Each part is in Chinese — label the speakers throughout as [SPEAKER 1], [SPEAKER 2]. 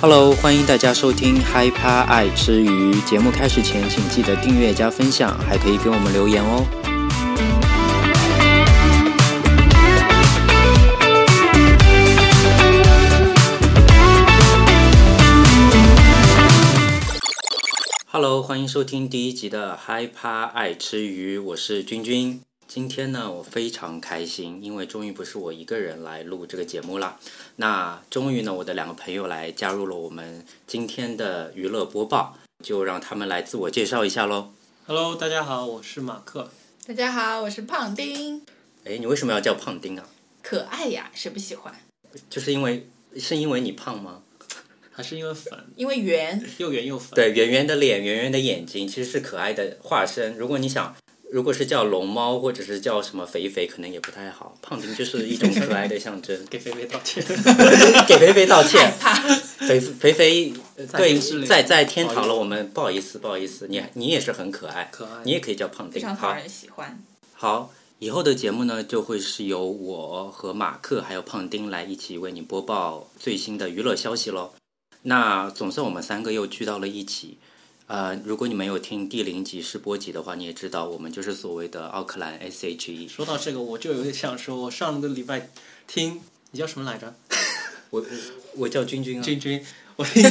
[SPEAKER 1] Hello，欢迎大家收听《嗨趴爱吃鱼》节目。开始前，请记得订阅加分享，还可以给我们留言哦。Hello，欢迎收听第一集的《嗨趴爱吃鱼》，我是君君。今天呢，我非常开心，因为终于不是我一个人来录这个节目啦。那终于呢，我的两个朋友来加入了我们今天的娱乐播报，就让他们来自我介绍一下喽。
[SPEAKER 2] Hello，大家好，我是马克。
[SPEAKER 3] 大家好，我是胖丁，
[SPEAKER 1] 哎，你为什么要叫胖丁啊？
[SPEAKER 3] 可爱呀，谁不喜欢？
[SPEAKER 1] 就是因为是因为你胖吗？
[SPEAKER 2] 还是因为粉，
[SPEAKER 3] 因为圆，
[SPEAKER 2] 又圆又粉。。
[SPEAKER 1] 对，呃圆圆的脸，圆圆的眼睛，其实是可爱的化身。如果你想，如果是叫龙猫或者是叫什么肥肥，可能也不太好。胖丁就是一种可爱的象征
[SPEAKER 2] 给菲菲道歉。呃
[SPEAKER 1] 给肥肥道
[SPEAKER 3] 害
[SPEAKER 1] 歉，
[SPEAKER 3] 怕，
[SPEAKER 1] 肥肥肥，呃
[SPEAKER 2] 在
[SPEAKER 1] 对
[SPEAKER 2] 天之，灵
[SPEAKER 1] 在在天堂
[SPEAKER 2] 不好意
[SPEAKER 1] 了，
[SPEAKER 2] 思
[SPEAKER 1] 我们不好意思，不好意思，你你也是很可爱，
[SPEAKER 2] 可爱
[SPEAKER 1] 你也可以叫胖
[SPEAKER 3] 非
[SPEAKER 1] 丁。
[SPEAKER 3] 常讨
[SPEAKER 1] 好，
[SPEAKER 3] 人喜欢。
[SPEAKER 1] 好，以后的节目呢，就会是由我和马克还有胖丁来一起为你播报最新的娱乐消息喽。那总算我们三个又聚到了一起。呃，如果你没有听第零集试播集的话，你也知道我们就是所谓的奥克兰 E SHE。
[SPEAKER 2] 说到这个，我就有点想说，我上个礼拜听你叫什么来着？
[SPEAKER 1] 我我我叫君君啊，
[SPEAKER 2] 君君，我听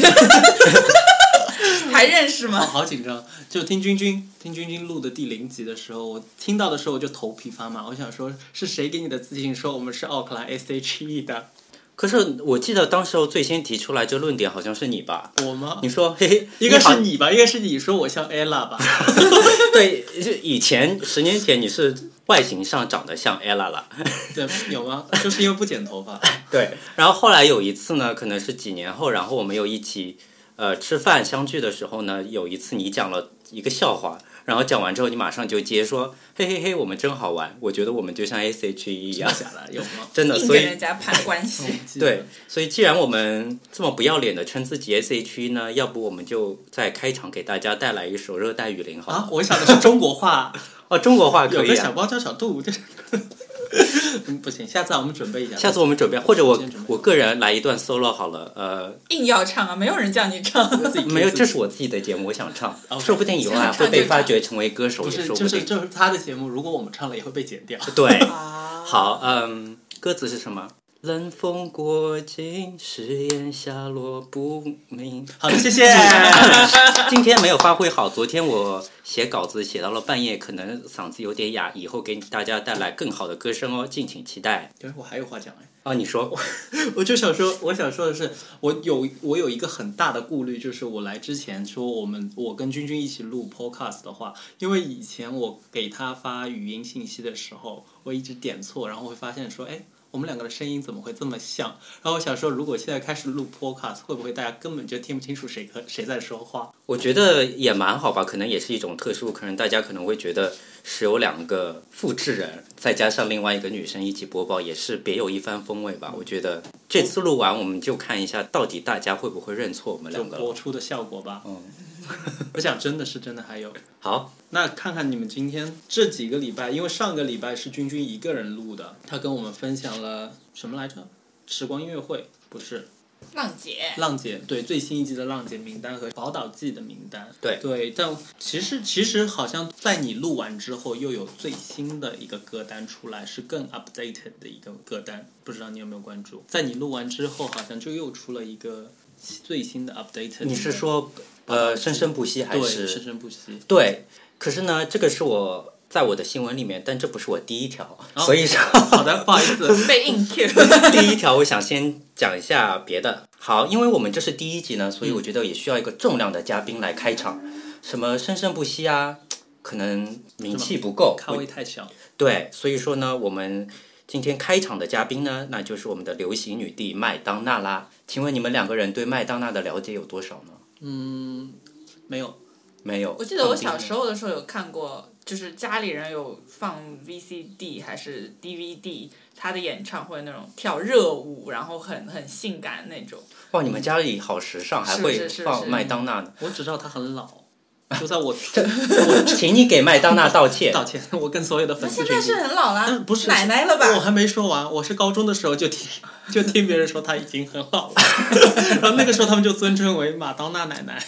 [SPEAKER 3] 还认识
[SPEAKER 2] 我
[SPEAKER 3] 吗？
[SPEAKER 2] 好紧张。就听君君，听君君录的第零集的时候，我听到的时候我就头皮发麻。我想说，是谁给你的自信说我们是奥克兰 SHE 的？
[SPEAKER 1] 可是我记得当时候最先提出来这论点好像是你吧？
[SPEAKER 2] 我吗
[SPEAKER 1] 你？说嘿嘿，
[SPEAKER 2] 啊 应该
[SPEAKER 1] 好
[SPEAKER 2] 是你吧？应该是你说我像 ella 吧？
[SPEAKER 1] 对，就以前十年前你是外形上长得像 ella 了，
[SPEAKER 2] 对，有吗？ 就是因为不剪头发。
[SPEAKER 1] 对。然后后来有一次呢，可能是几年后，然后我们又一起呃吃饭相聚的时候呢，有一次你讲了一个笑话，然后讲完之后你马上就接说，嘿嘿嘿，我们真好玩，我觉得我们就像 S H E 一
[SPEAKER 2] 真
[SPEAKER 1] 样
[SPEAKER 2] 的，假的？有吗？
[SPEAKER 1] 真的。
[SPEAKER 3] 硬
[SPEAKER 1] 所
[SPEAKER 3] 跟
[SPEAKER 1] 以
[SPEAKER 3] 人家攀关
[SPEAKER 2] 我不
[SPEAKER 3] 系，
[SPEAKER 2] 记 得
[SPEAKER 1] 对，呃所以既然我们这么不要脸的称自己 S H E 呢，要不我们就在开场给大家带来一首《热带雨林》好了
[SPEAKER 2] 啊，我想的是中国话。
[SPEAKER 1] 哦，中国话可
[SPEAKER 2] 有
[SPEAKER 1] 以
[SPEAKER 2] 个小
[SPEAKER 1] 啊。
[SPEAKER 2] 包叫小杜，这 嗯不行，下次啊我们准备一下。
[SPEAKER 1] 下次我们准备，或者我
[SPEAKER 2] 先准备
[SPEAKER 1] 我个人来一段 solo 好了，呃，
[SPEAKER 3] 硬要唱啊，没有人叫你唱。
[SPEAKER 2] 自己
[SPEAKER 1] 没有，
[SPEAKER 2] 自己
[SPEAKER 1] 这是我自己的节目，我想唱，
[SPEAKER 2] OK
[SPEAKER 1] 说不定以后还
[SPEAKER 3] 想
[SPEAKER 1] 会
[SPEAKER 3] 唱
[SPEAKER 1] 被
[SPEAKER 3] 就唱
[SPEAKER 1] 发掘成为歌手，
[SPEAKER 2] 不
[SPEAKER 1] 也
[SPEAKER 2] 是
[SPEAKER 1] 说
[SPEAKER 2] 就
[SPEAKER 1] 不
[SPEAKER 2] 是
[SPEAKER 1] 定。
[SPEAKER 2] 就是他的节目，如果我们唱了也会被 剪掉。
[SPEAKER 1] 对，
[SPEAKER 3] 啊，
[SPEAKER 1] 好，嗯，歌词是什么？冷风过境，誓言下落不明。
[SPEAKER 2] 好的，谢谢。
[SPEAKER 1] 今天没有发挥好，昨天我写稿子写到了半夜，可能嗓子有点哑，以后给大家带来更好的歌声哦，敬请期待。
[SPEAKER 2] 对，我还有话讲哎。
[SPEAKER 1] 哦，你说，
[SPEAKER 2] 我就想说，我想说的是，我有我有一个很大的顾虑，就是我来之前说我们我跟君君一起录 podcast 的话，因为以前我给他发语音信息的时候，我一直点错，然后会发现说，哎，我们两个的声音怎么会这么像？然后我想说，如果现在开始录 podcast，会不会大家根本就听不清楚谁和谁在说话？
[SPEAKER 1] 我觉得也蛮好吧，可能也是一种特殊，可能大家可能会觉得是有两个复制人，再加上另外一个女生一起播报，也是别有一番风味吧。我觉得这次录完，我们就看一下到底大家会不会认错我们
[SPEAKER 2] 就
[SPEAKER 1] 两个了。
[SPEAKER 2] 播出的效果吧。
[SPEAKER 1] 嗯，
[SPEAKER 2] 我想真的是真的还有。
[SPEAKER 1] 好，
[SPEAKER 2] 那看看你们今天这几个礼拜，因为上个礼拜是君君一个人录的，他跟我们分享了什么来着？时光音乐会不是
[SPEAKER 3] 浪姐，
[SPEAKER 2] 浪姐对最新一季的浪姐名单和宝岛季的名单。
[SPEAKER 1] 对
[SPEAKER 2] 对，但其实其实好像在你录完之后，又有最新的一个歌单出来，是更 updated 的一个歌单，不知道你有没有关注？在你录完之后，好像就又出了一个最新的 updated。
[SPEAKER 1] 你是说呃生生不息还
[SPEAKER 2] 嗯对
[SPEAKER 1] 是
[SPEAKER 2] 生生不息？
[SPEAKER 1] 对？可是呢，这个是我在我的新闻里面，但这不是我第一条，
[SPEAKER 2] 哦
[SPEAKER 1] 所以说
[SPEAKER 2] 好的，不好意思，
[SPEAKER 3] 被硬 Q，
[SPEAKER 1] 第一条，我想先讲一下别的。好，因为我们这是第一集呢，所以我
[SPEAKER 3] 嗯
[SPEAKER 1] 觉得也需要一个重量的嘉宾来开场，什么生生不息啊，可能名气不
[SPEAKER 3] 嗯
[SPEAKER 1] 够。
[SPEAKER 2] 咖位太小。
[SPEAKER 1] 对，所以说呢，我们今天开场的嘉宾呢，那就是我们的流行女帝麦当娜啦。请问你们两个人对麦当娜的了解有多少呢？
[SPEAKER 2] 嗯，没有，
[SPEAKER 1] 没有。
[SPEAKER 3] 我记得我小
[SPEAKER 1] 候。
[SPEAKER 3] 时候的时候有看过，就是家里人有放 VCD 还是 DVD，他的演唱会那种跳热舞，然后很很性感那种。
[SPEAKER 1] 哇，你们家里好时尚，还
[SPEAKER 3] 是
[SPEAKER 1] 会
[SPEAKER 3] 是是
[SPEAKER 1] 放
[SPEAKER 3] 是
[SPEAKER 1] 麦当娜呢。
[SPEAKER 2] 我只知道他很老。就在我出我
[SPEAKER 1] 请你给麦当娜道歉。
[SPEAKER 2] 道歉，我跟所有的
[SPEAKER 3] 那
[SPEAKER 2] 粉丝
[SPEAKER 3] 现
[SPEAKER 2] 群
[SPEAKER 3] 在
[SPEAKER 2] 体
[SPEAKER 3] 是。很老
[SPEAKER 2] 但
[SPEAKER 3] 了，
[SPEAKER 2] 是不是
[SPEAKER 3] 奶奶了吧？
[SPEAKER 2] 我还没说完，我是高中的时候就听 就听别人说她已经很老了，然后那个时候他们就尊称为马当娜奶奶，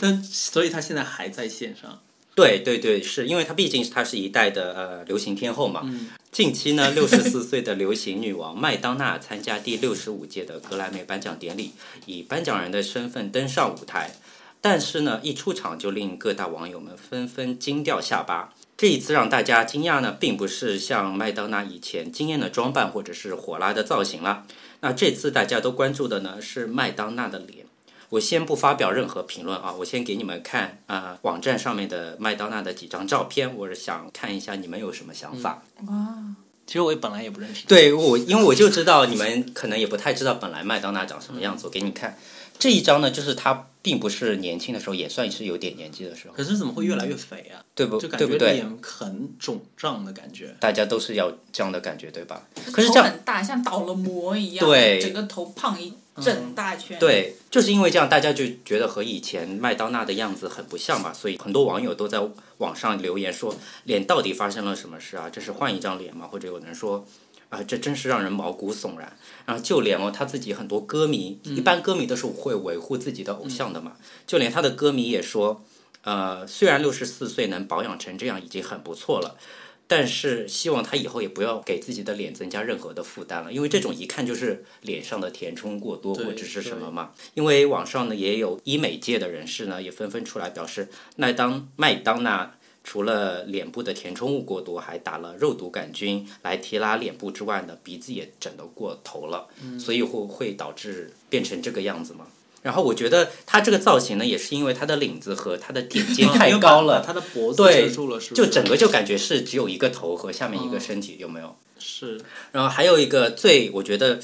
[SPEAKER 2] 但所以她现在还在线上。
[SPEAKER 1] 对对对，是因为她毕竟她是一代的呃流行天后嘛。
[SPEAKER 2] 嗯
[SPEAKER 1] 近期呢， 六十四岁的流行女王麦当娜参加第六十五届的格莱美颁奖典礼，以颁奖人的身份登上舞台。但是呢，一出场就令各大网友们纷纷惊掉下巴。这一次让大家惊讶呢，并不是像麦当娜以前惊艳的装扮或者是火辣的造型啦。那这次大家都关注的呢是麦当娜的脸。我先不发表任何评论啊，我先给你们看啊、呃网站上面的麦当娜的几张照片，我是想看一下你们有什么想法。
[SPEAKER 3] 哇，
[SPEAKER 2] 其实我本来也不认识。
[SPEAKER 1] 对我，因为我就知道你们可能也不太知道本来麦当娜长什么样子，我给你看这一张呢，就是她并不是年轻的时候，也算是有点年纪的时候，
[SPEAKER 2] 可是怎么会越来越肥啊？
[SPEAKER 1] 对不
[SPEAKER 2] 就感
[SPEAKER 1] 嗯对
[SPEAKER 2] 觉
[SPEAKER 1] 不对？
[SPEAKER 2] 脸很肿胀的感觉。
[SPEAKER 1] 大家都是要这样的感觉，对吧？可
[SPEAKER 3] 可
[SPEAKER 1] 是这样，
[SPEAKER 3] 很大，像倒了模一样，
[SPEAKER 1] 对
[SPEAKER 3] 整个头胖一整大圈。，
[SPEAKER 1] 对，就是因为这样，大家就觉得和以前麦当娜的样子很不像嘛，所以很多网友都在网上留言说，脸到底发生了什么事啊？这是换一张脸吗？或者有人说。啊，这真是让人毛骨悚然。然后就连哦，他自己很多歌迷，一般歌迷都是会维护自己的偶像的嘛。就连他的歌迷也说，呃，虽然六十四岁能保养成这样已经很不错了，但是希望他以后也不要给自己的脸增加任何的负担了，因为这种一看就是脸上的填充过多
[SPEAKER 2] 对
[SPEAKER 1] 或者是什么嘛。因为网上呢也有医美界的人士呢也纷纷出来表示，麦当麦当娜。除了脸部的填充物过多，还打了肉毒杆菌来提拉脸部之外呢，鼻子也整得过头了，
[SPEAKER 2] 嗯
[SPEAKER 1] 所以会会导致变成这个样子嘛。然后我觉得她这个造型呢，也是因为她的领子和她的点 尖
[SPEAKER 2] 没
[SPEAKER 1] 太
[SPEAKER 2] 有把
[SPEAKER 1] 高了
[SPEAKER 2] 把，他的脖子
[SPEAKER 1] 对
[SPEAKER 2] 遮住了，是不？
[SPEAKER 1] 就是整个就感觉是只有一个头和下面
[SPEAKER 2] 哦
[SPEAKER 1] 一个身体，有没有？
[SPEAKER 2] 是
[SPEAKER 1] 然后还有一个最，我觉得，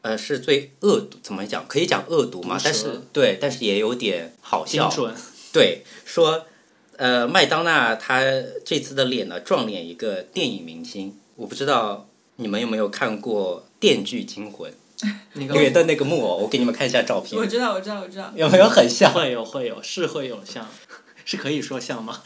[SPEAKER 1] 呃，是最恶毒，怎么讲？可以讲恶毒嘛
[SPEAKER 2] 毒？
[SPEAKER 1] 但
[SPEAKER 2] 舌
[SPEAKER 1] 是对，但是也有点好
[SPEAKER 2] 精
[SPEAKER 1] 笑。
[SPEAKER 2] 准，
[SPEAKER 1] 对，说，呃，麦当娜她这次的脸呢，撞脸一个电影明星，我不知道你们有没有看过《电锯惊魂》
[SPEAKER 2] 那
[SPEAKER 1] 里面
[SPEAKER 2] 个
[SPEAKER 1] 的那个木偶，我给你们看一下照
[SPEAKER 3] 我
[SPEAKER 1] 片，
[SPEAKER 3] 知道，我知道，我知道。
[SPEAKER 1] 有没有很像？
[SPEAKER 2] 会有会有是会有像， 是可以说像吗？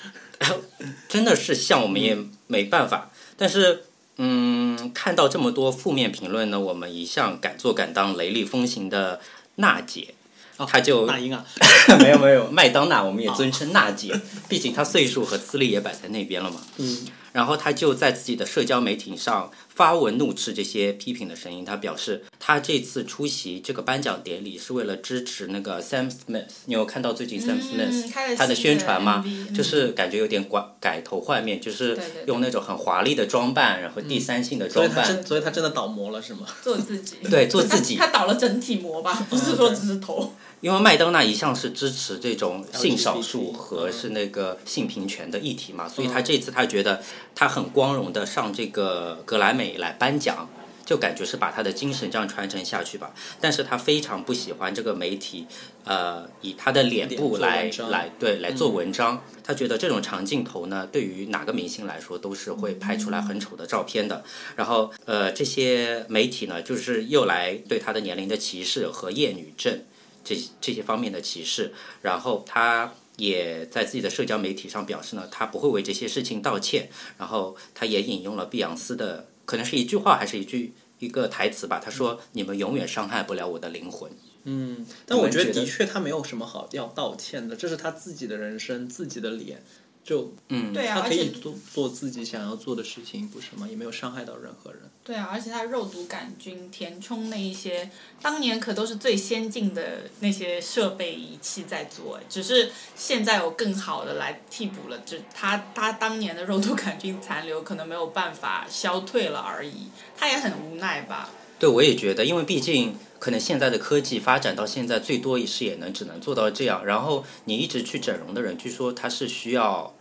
[SPEAKER 1] 真的是像我们也没办法。但是，嗯，看到这么多负面评论呢，我们一向敢做敢当、雷厉风行的娜姐，
[SPEAKER 2] 哦
[SPEAKER 1] 她就
[SPEAKER 2] 那英啊，
[SPEAKER 1] 没有没有麦当娜，我们也尊称娜姐，
[SPEAKER 3] 啊
[SPEAKER 1] 毕竟她岁数和资历也摆在那边了嘛。
[SPEAKER 2] 嗯，
[SPEAKER 1] 然后她就在自己的社交媒体上发文怒斥这些批评的声音。她表示，她这次出席这个颁奖典礼是为了支持那个 Sam Smith。你有看到最近 Sam Smith、
[SPEAKER 3] 嗯，开了
[SPEAKER 1] 他的
[SPEAKER 3] 新
[SPEAKER 1] 宣传嘛
[SPEAKER 3] MV，嗯
[SPEAKER 1] 就是感觉有点改改头换面，就是
[SPEAKER 3] 对对对
[SPEAKER 1] 用那种很华丽的装扮，然后第三性的装
[SPEAKER 2] 所以他
[SPEAKER 1] 扮，
[SPEAKER 2] 真所以他真的倒模 了是吗？
[SPEAKER 3] 做自己，
[SPEAKER 1] 对做自己嗯
[SPEAKER 3] 他他倒了整体膜吧，不是说只是头。
[SPEAKER 1] 因为麦当娜一向是支持这种性少数
[SPEAKER 2] LGBT
[SPEAKER 1] 和是那个性平权的议题嘛，所以她这次她觉得她很光荣的上这个格莱美来颁奖。就感觉是把她的精神这样传承下去吧，但是她非常不喜欢这个媒体，呃，以她的脸
[SPEAKER 2] 脸
[SPEAKER 1] 部
[SPEAKER 2] 做
[SPEAKER 1] 来
[SPEAKER 2] 文章嗯
[SPEAKER 1] 来对来做文章。她觉得这种长镜头呢，对于哪个明星来说都是会拍出来很丑的照片的。然后呃，这些媒体呢，就是又来对她的年龄的歧视和厌女症这这些方面的歧视，然后她也在自己的社交媒体上表示呢，她不会为这些事情道歉，然后她也引用了碧昂斯的，可能是一句话还是一句一个台词吧，她说：“你们永远伤害不了我的灵魂。”
[SPEAKER 2] 嗯，但我
[SPEAKER 1] 们
[SPEAKER 2] 觉得
[SPEAKER 1] 觉得
[SPEAKER 2] 的确他没有什么好要道歉的，这是他自己的人生，自己的脸，就
[SPEAKER 1] 嗯
[SPEAKER 3] 对啊，
[SPEAKER 2] 他
[SPEAKER 3] 而
[SPEAKER 2] 可以
[SPEAKER 3] 且
[SPEAKER 2] 做做自己想要做的事情，不是吗？也没有伤害到任何人。
[SPEAKER 3] 对啊，而且它肉毒杆菌填充那一些，当年可都是最先进的那些设备仪器在做，哎只是现在有更好的来替补了，只它它当年的肉毒杆菌残留可能没有办法消退了而已，它也很无奈吧。
[SPEAKER 1] 对，我也觉得，因为毕竟可能现在的科技发展到现在，最多也是也能只能做到这样。然后你一直去整容的人，据说他是需要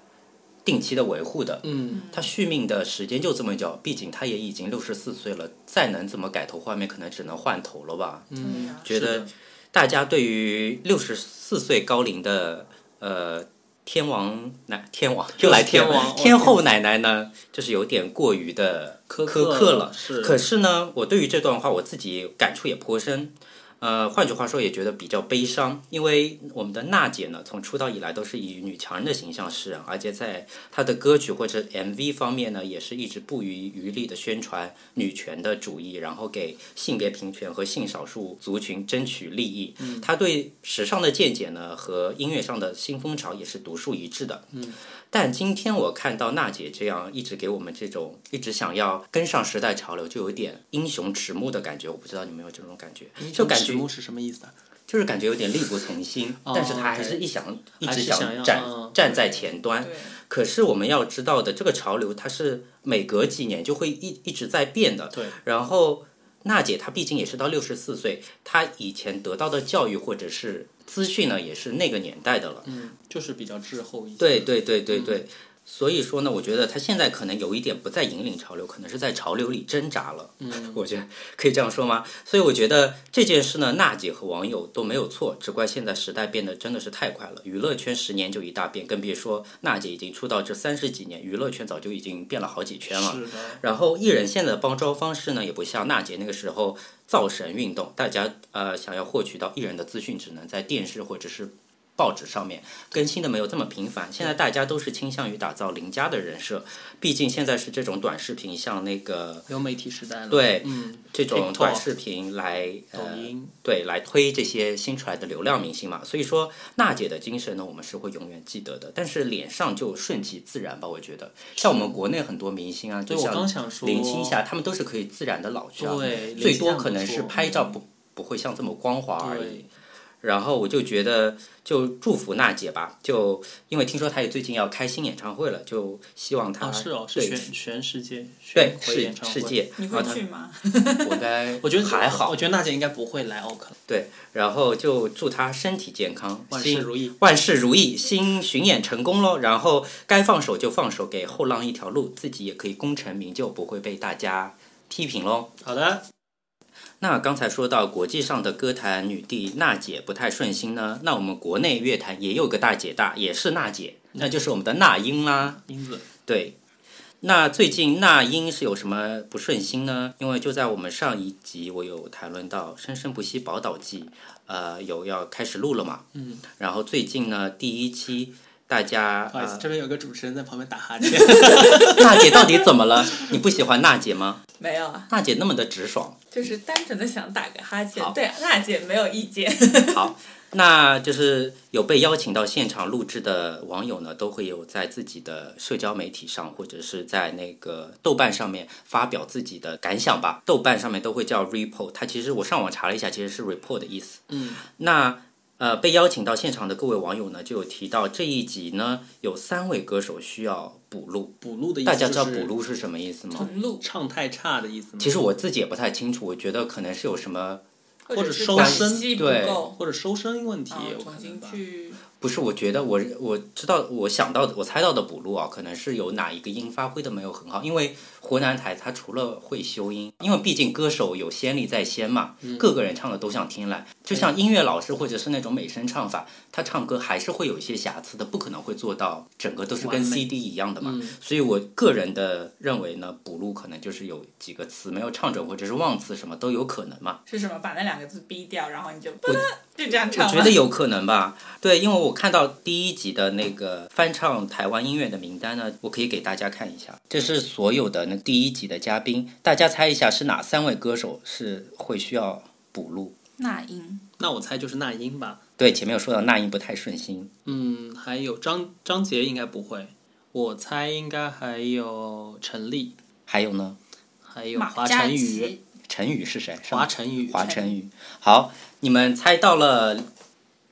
[SPEAKER 1] 定期的维护的，
[SPEAKER 2] 嗯，
[SPEAKER 1] 他续命的时间就这么久，毕竟他也已经六十四岁了，再能怎么改头换面，可能只能换头了吧。
[SPEAKER 3] 对啊呀、
[SPEAKER 1] 觉
[SPEAKER 2] 是
[SPEAKER 1] 得
[SPEAKER 2] 的
[SPEAKER 1] 大家对于六十四岁高龄的呃天王奶天王又来
[SPEAKER 2] 天王
[SPEAKER 1] 王天后奶奶呢，就是有点过于的苛
[SPEAKER 2] 刻
[SPEAKER 1] 刻了。
[SPEAKER 2] 是
[SPEAKER 1] 可是呢，我对于这段话我自己感触也颇深。呃，换句话说，也觉得比较悲伤，因为我们的娜姐呢，从出道以来都是以女强人的形象示人，而且在她的歌曲或者 MV 方面呢，也是一直不遗余力的宣传女权的主义，然后给性别平权和性少数族群争取利益。她对时尚的见解呢，和音乐上的新风潮也是独树一帜的。嗯，但今天我看到娜姐这样一直给我们这种一直想要跟上时代潮流，就有一点英雄迟暮的感觉。我不知道你有没有这种感觉，就感觉
[SPEAKER 2] 目是什么意思啊？
[SPEAKER 1] 就是感觉有点力不从心，但是他还是一想、一
[SPEAKER 2] 哦还
[SPEAKER 1] 直
[SPEAKER 2] 是
[SPEAKER 1] 想
[SPEAKER 2] 想要
[SPEAKER 1] 站
[SPEAKER 2] 嗯
[SPEAKER 1] 站在前端。
[SPEAKER 3] 对
[SPEAKER 1] 可是我们要知道的，这个潮流它是每隔几年就会一一直在变的。
[SPEAKER 2] 对。
[SPEAKER 1] 然后娜姐她毕竟也是到六十四岁，她以前得到的教育或者是资讯呢，也是那个年代的了。
[SPEAKER 2] 嗯，就是比较滞后一些。
[SPEAKER 1] 对对对对对。所以说呢，我觉得她现在可能有一点不再引领潮流，可能是在潮流里挣扎了。嗯， 我觉得可以这样说吗？所以我觉得这件事呢，娜姐和网友都没有错，只怪现在时代变得真的是太快了。娱乐圈十年就一大变，更别说娜姐已经出道这三十几年，娱乐圈早就已经变了好几圈了。
[SPEAKER 2] 是的，
[SPEAKER 1] 然后艺人现在的包装方式呢，也不像娜姐那个时候造神运动，大家呃想要获取到艺人的资讯，只能在电视或者是报纸上面更新的没有这么频繁。现在大家都是倾向于打造邻家的人设，毕竟现在是这种短视频，像那个
[SPEAKER 2] 流媒体时代了。
[SPEAKER 1] 对
[SPEAKER 2] 嗯，
[SPEAKER 1] 这种
[SPEAKER 2] TikTok
[SPEAKER 1] 短视频来
[SPEAKER 2] 抖
[SPEAKER 1] 呃
[SPEAKER 2] 音
[SPEAKER 1] 对来推这些新出来的流量明星嘛。所以说娜姐的精神呢，我们是会永远记得的。但是脸上就顺其自然吧，我觉得。像我们国内很多明星啊，就
[SPEAKER 2] 对我刚想
[SPEAKER 1] 像
[SPEAKER 2] 说
[SPEAKER 1] 林青霞，他们都是可以自然的老去啊，
[SPEAKER 2] 对
[SPEAKER 1] 最
[SPEAKER 2] 林青
[SPEAKER 1] 多
[SPEAKER 2] 霞
[SPEAKER 1] 可能
[SPEAKER 2] 不错嗯
[SPEAKER 1] 是拍照不不会像这么光滑而已
[SPEAKER 2] 对。
[SPEAKER 1] 然后我就觉得，就祝福娜姐吧，就因为听说她也最近要开新演唱会了，就希望她、
[SPEAKER 2] 啊，是哦，是
[SPEAKER 1] 对
[SPEAKER 2] 全全世界
[SPEAKER 1] 对
[SPEAKER 2] 巡回
[SPEAKER 1] 世
[SPEAKER 2] 演唱会。
[SPEAKER 1] 世界，
[SPEAKER 3] 你
[SPEAKER 1] 然后
[SPEAKER 3] 会
[SPEAKER 1] 她
[SPEAKER 3] 去吗？
[SPEAKER 1] 我该
[SPEAKER 2] 我觉得
[SPEAKER 1] 还好
[SPEAKER 2] 我，觉得娜姐应该不会来奥克兰。
[SPEAKER 1] 对，然后就祝他身体健康，
[SPEAKER 2] 万
[SPEAKER 1] 新
[SPEAKER 2] 事如意，
[SPEAKER 1] 万事如意，新巡演成功喽。然后该放手就放手，给后浪一条路，自己也可以功成名就，不会被大家批评喽。
[SPEAKER 2] 好的，
[SPEAKER 1] 那刚才说到国际上的歌坛女帝娜姐不太顺心呢，那我们国内乐坛也有个大姐大，也是娜姐，那就是我们的那英啦。
[SPEAKER 2] 英子，
[SPEAKER 1] 对，那最近那英是有什么不顺心呢？因为就在我们上一集，我有谈论到《生生不息宝岛季》，呃，有要开始录了嘛？
[SPEAKER 2] 嗯。
[SPEAKER 1] 然后最近呢，第一期大家
[SPEAKER 2] 不好意思，
[SPEAKER 1] 呃
[SPEAKER 2] 这边有个主持人在旁边打 哈欠。
[SPEAKER 1] 娜姐到底怎么了？你不喜欢娜姐吗？
[SPEAKER 3] 没有啊，
[SPEAKER 1] 娜姐那么的直爽。
[SPEAKER 3] 就是单纯的想打个哈欠
[SPEAKER 1] 好。
[SPEAKER 3] 对，娜姐没有意见。
[SPEAKER 1] 好，那就是有被邀请到现场录制的网友呢，都会有在自己的社交媒体上，或者是在那个豆瓣上面发表自己的感想吧。豆瓣上面都会叫 report，它其实我上网查了一下，其实是 report 的意思。
[SPEAKER 2] 嗯，
[SPEAKER 1] 那呃，被邀请到现场的各位网友呢，就有提到这一集呢有三位歌手需要补录。
[SPEAKER 2] 补录的意思
[SPEAKER 1] 大家知道
[SPEAKER 2] 就是
[SPEAKER 1] 补录是什么意思吗？
[SPEAKER 3] 同路
[SPEAKER 2] 唱太差的意思吗？
[SPEAKER 1] 其实我自己也不太清楚，我觉得可能是有什么
[SPEAKER 2] 或者
[SPEAKER 3] 是
[SPEAKER 2] 收
[SPEAKER 3] 档
[SPEAKER 2] 声
[SPEAKER 3] 期不
[SPEAKER 1] 对
[SPEAKER 3] 够，
[SPEAKER 2] 或者收声问题
[SPEAKER 3] 然，后
[SPEAKER 2] 有可
[SPEAKER 3] 啊重
[SPEAKER 2] 能
[SPEAKER 3] 新
[SPEAKER 2] 吧。
[SPEAKER 3] 去
[SPEAKER 1] 不是，我觉得我我知道我想到的我猜到的补录啊，可能是有哪一个音发挥的没有很好，因为湖南台它除了会修音，因为毕竟歌手有先例在先嘛，
[SPEAKER 2] 嗯
[SPEAKER 1] 各个人唱的都想听来，就像音乐老师或者是那种美声唱法，他唱歌还是会有一些瑕疵的，不可能会做到整个都是跟
[SPEAKER 2] 完美
[SPEAKER 1] CD 一样的嘛。
[SPEAKER 2] 嗯
[SPEAKER 1] 所以我个人的认为呢，补录可能就是有几个词没有唱准，或者是忘词什么都有可能嘛。
[SPEAKER 3] 是什么？把那两个字逼掉，然后你就就这样唱
[SPEAKER 1] 我
[SPEAKER 3] 吗。
[SPEAKER 1] 觉得有可能吧，对，因为我看到第一集的那个翻唱台湾音乐的名单呢，我可以给大家看一下，这是所有的那第一集的嘉宾，大家猜一下是哪三位歌手是会需要补录？
[SPEAKER 3] 那英
[SPEAKER 2] 那我猜就是那英吧。
[SPEAKER 1] 对，前面有说到那英不太顺心，
[SPEAKER 2] 嗯，还有张张杰应该不会，我猜应该还有陈粒，
[SPEAKER 1] 还有呢，
[SPEAKER 2] 还有
[SPEAKER 3] 马
[SPEAKER 2] 华
[SPEAKER 3] 嘉
[SPEAKER 2] 晨宇，
[SPEAKER 3] 祺
[SPEAKER 1] 陈宇是谁？
[SPEAKER 2] 华晨宇，
[SPEAKER 1] 华晨宇。好，你们猜到了，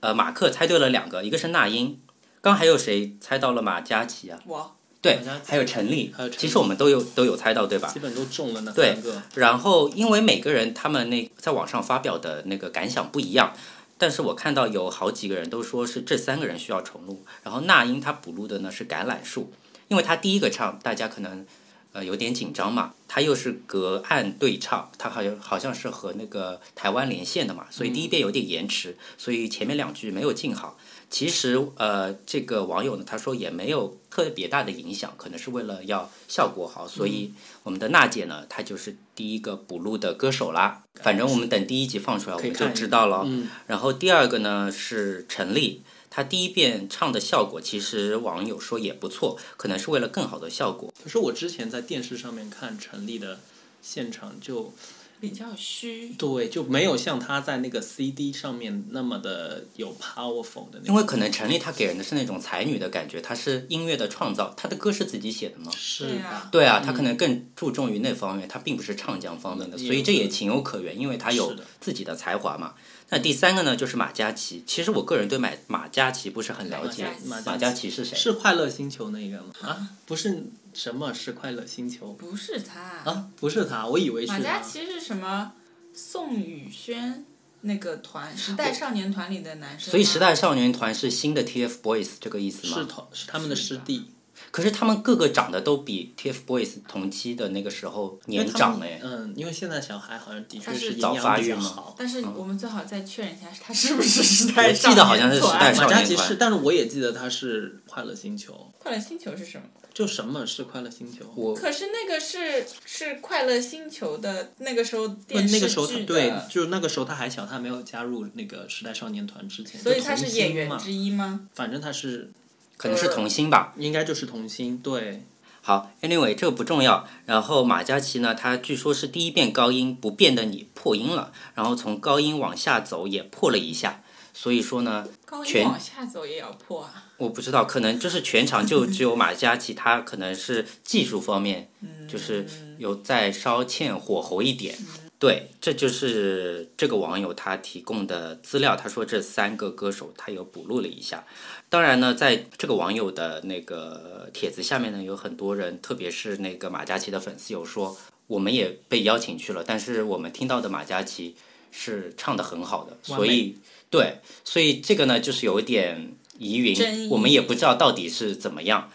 [SPEAKER 1] 呃，马克猜对了两个，一个是那英，刚还有谁猜到了马嘉祺啊？
[SPEAKER 3] 我
[SPEAKER 1] 对
[SPEAKER 2] 马嘉，祺
[SPEAKER 1] 还有陈粒
[SPEAKER 2] 还有，陈
[SPEAKER 1] 其
[SPEAKER 2] 粒
[SPEAKER 1] 实我们都有都有猜到，对吧？
[SPEAKER 2] 基本都中了那
[SPEAKER 1] 对
[SPEAKER 2] 三个。
[SPEAKER 1] 然后，因为每个人他们那在网上发表的那个感想不一样，但是我看到有好几个人都说是这三个人需要重录。然后那英她补录的呢是《橄榄树》，因为她第一个唱，大家可能呃有点紧张嘛，它又是隔岸对唱，它好像好像是和那个台湾连线的嘛，所以
[SPEAKER 2] 嗯
[SPEAKER 1] 第一遍有点延迟，所以前面两句没有进好。其实呃，这个网友呢他说也没有特别大的影响，可能是为了要效果好，所
[SPEAKER 2] 嗯
[SPEAKER 1] 以我们的娜姐呢她就是第一个补录的歌手啦。反正我们等第一集放出来我
[SPEAKER 2] 可以
[SPEAKER 1] 们就
[SPEAKER 2] 看一
[SPEAKER 1] 知
[SPEAKER 2] 下
[SPEAKER 1] 道了。
[SPEAKER 2] 嗯，
[SPEAKER 1] 然后第二个呢是陈粒，她第一遍唱的效果，其实网友说也不错，可能是为了更好的效果。
[SPEAKER 2] 可是我之前在电视上面看陈粒的现场就，
[SPEAKER 3] 比较虚。
[SPEAKER 2] 对，就没有像她在那个 CD 上面那么的有 powerful 的那
[SPEAKER 1] 因
[SPEAKER 2] 种。
[SPEAKER 1] 为可能陈粒她给人的是那种才女的感觉，她是音乐的创造，她的歌是自己写的吗？
[SPEAKER 2] 是
[SPEAKER 3] 对
[SPEAKER 2] 吧
[SPEAKER 3] 啊？
[SPEAKER 1] 对啊，她可能更注重于那方面，她并不是唱将方面的，
[SPEAKER 2] 嗯嗯也
[SPEAKER 1] 所以这也情有可原，因为她有
[SPEAKER 2] 是的
[SPEAKER 1] 自己的才华嘛。那第三个呢，就是马嘉祺。其实我个人对马马嘉祺不是很了解，
[SPEAKER 2] 马嘉祺
[SPEAKER 1] 马嘉祺是谁？
[SPEAKER 2] 是快乐星球那个吗？啊，不是什么是快乐星球
[SPEAKER 3] 不是他，
[SPEAKER 2] 啊？不是他，我以为是
[SPEAKER 3] 马嘉
[SPEAKER 2] 他。
[SPEAKER 3] 祺是什么？宋宇轩那个团，时代少年团里的男生。
[SPEAKER 1] 所以时代。少年团是新的 TFBOYS 这个意思吗？
[SPEAKER 2] 是同是他们的师弟，
[SPEAKER 1] 可是他们个个长得都比 TFBOYS 同期的那个时候
[SPEAKER 2] 因为
[SPEAKER 1] 年
[SPEAKER 2] 他
[SPEAKER 1] 长
[SPEAKER 2] 们
[SPEAKER 1] 哎，
[SPEAKER 2] 嗯，因为现在小孩好像的确
[SPEAKER 3] 他是
[SPEAKER 2] 营
[SPEAKER 1] 早发
[SPEAKER 2] 养比
[SPEAKER 1] 育
[SPEAKER 2] 较
[SPEAKER 1] 吗
[SPEAKER 2] 好，
[SPEAKER 3] 但是我们最好再确认一下，他是不是时代
[SPEAKER 1] 嗯我
[SPEAKER 3] 少年团？
[SPEAKER 1] 记得好像是时代少
[SPEAKER 2] 马
[SPEAKER 1] 年
[SPEAKER 2] 嘉祺
[SPEAKER 1] 团
[SPEAKER 2] 是，但是我也记得他是快乐星球，
[SPEAKER 3] 快乐星球是什么？
[SPEAKER 2] 就什么是快乐星球？
[SPEAKER 1] 我
[SPEAKER 3] 可是那个是是快乐星球的那个时候
[SPEAKER 2] 那
[SPEAKER 3] 电视
[SPEAKER 2] 哦那
[SPEAKER 3] 剧
[SPEAKER 2] 个
[SPEAKER 3] 的，
[SPEAKER 2] 时候他对，就是那个时候他还小，他没有加入那个时代少年团之前，
[SPEAKER 3] 所以
[SPEAKER 2] 就
[SPEAKER 3] 他
[SPEAKER 2] 童
[SPEAKER 3] 是
[SPEAKER 2] 星
[SPEAKER 3] 演员
[SPEAKER 2] 嘛，
[SPEAKER 3] 之一吗？
[SPEAKER 2] 反正他是
[SPEAKER 1] 可能是
[SPEAKER 2] 呃
[SPEAKER 1] 童星吧。
[SPEAKER 2] 应该就是童星，对，
[SPEAKER 1] 好，anyway 这个不重要。然后马嘉祺呢，他据说是第一遍高音不变的你破音了，然后从高音往下走也破了一下，所以说呢，
[SPEAKER 3] 高音
[SPEAKER 1] 全
[SPEAKER 3] 往下走也要破啊！
[SPEAKER 1] 我不知道，可能就是全场就只有马嘉祺，他可能是技术方面，就是有再稍欠火候一点。对，这就是这个网友他提供的资料，他说这三个歌手他有补录了一下。当然呢，在这个网友的那个帖子下面呢，有很多人，特别是那个马嘉祺的粉丝有说，我们也被邀请去了，但是我们听到的马嘉祺是唱的很好的，
[SPEAKER 2] 完美
[SPEAKER 1] 所以对，所以这个呢就是有一点疑云
[SPEAKER 3] 争议
[SPEAKER 1] 我们也不知道到底是怎么样。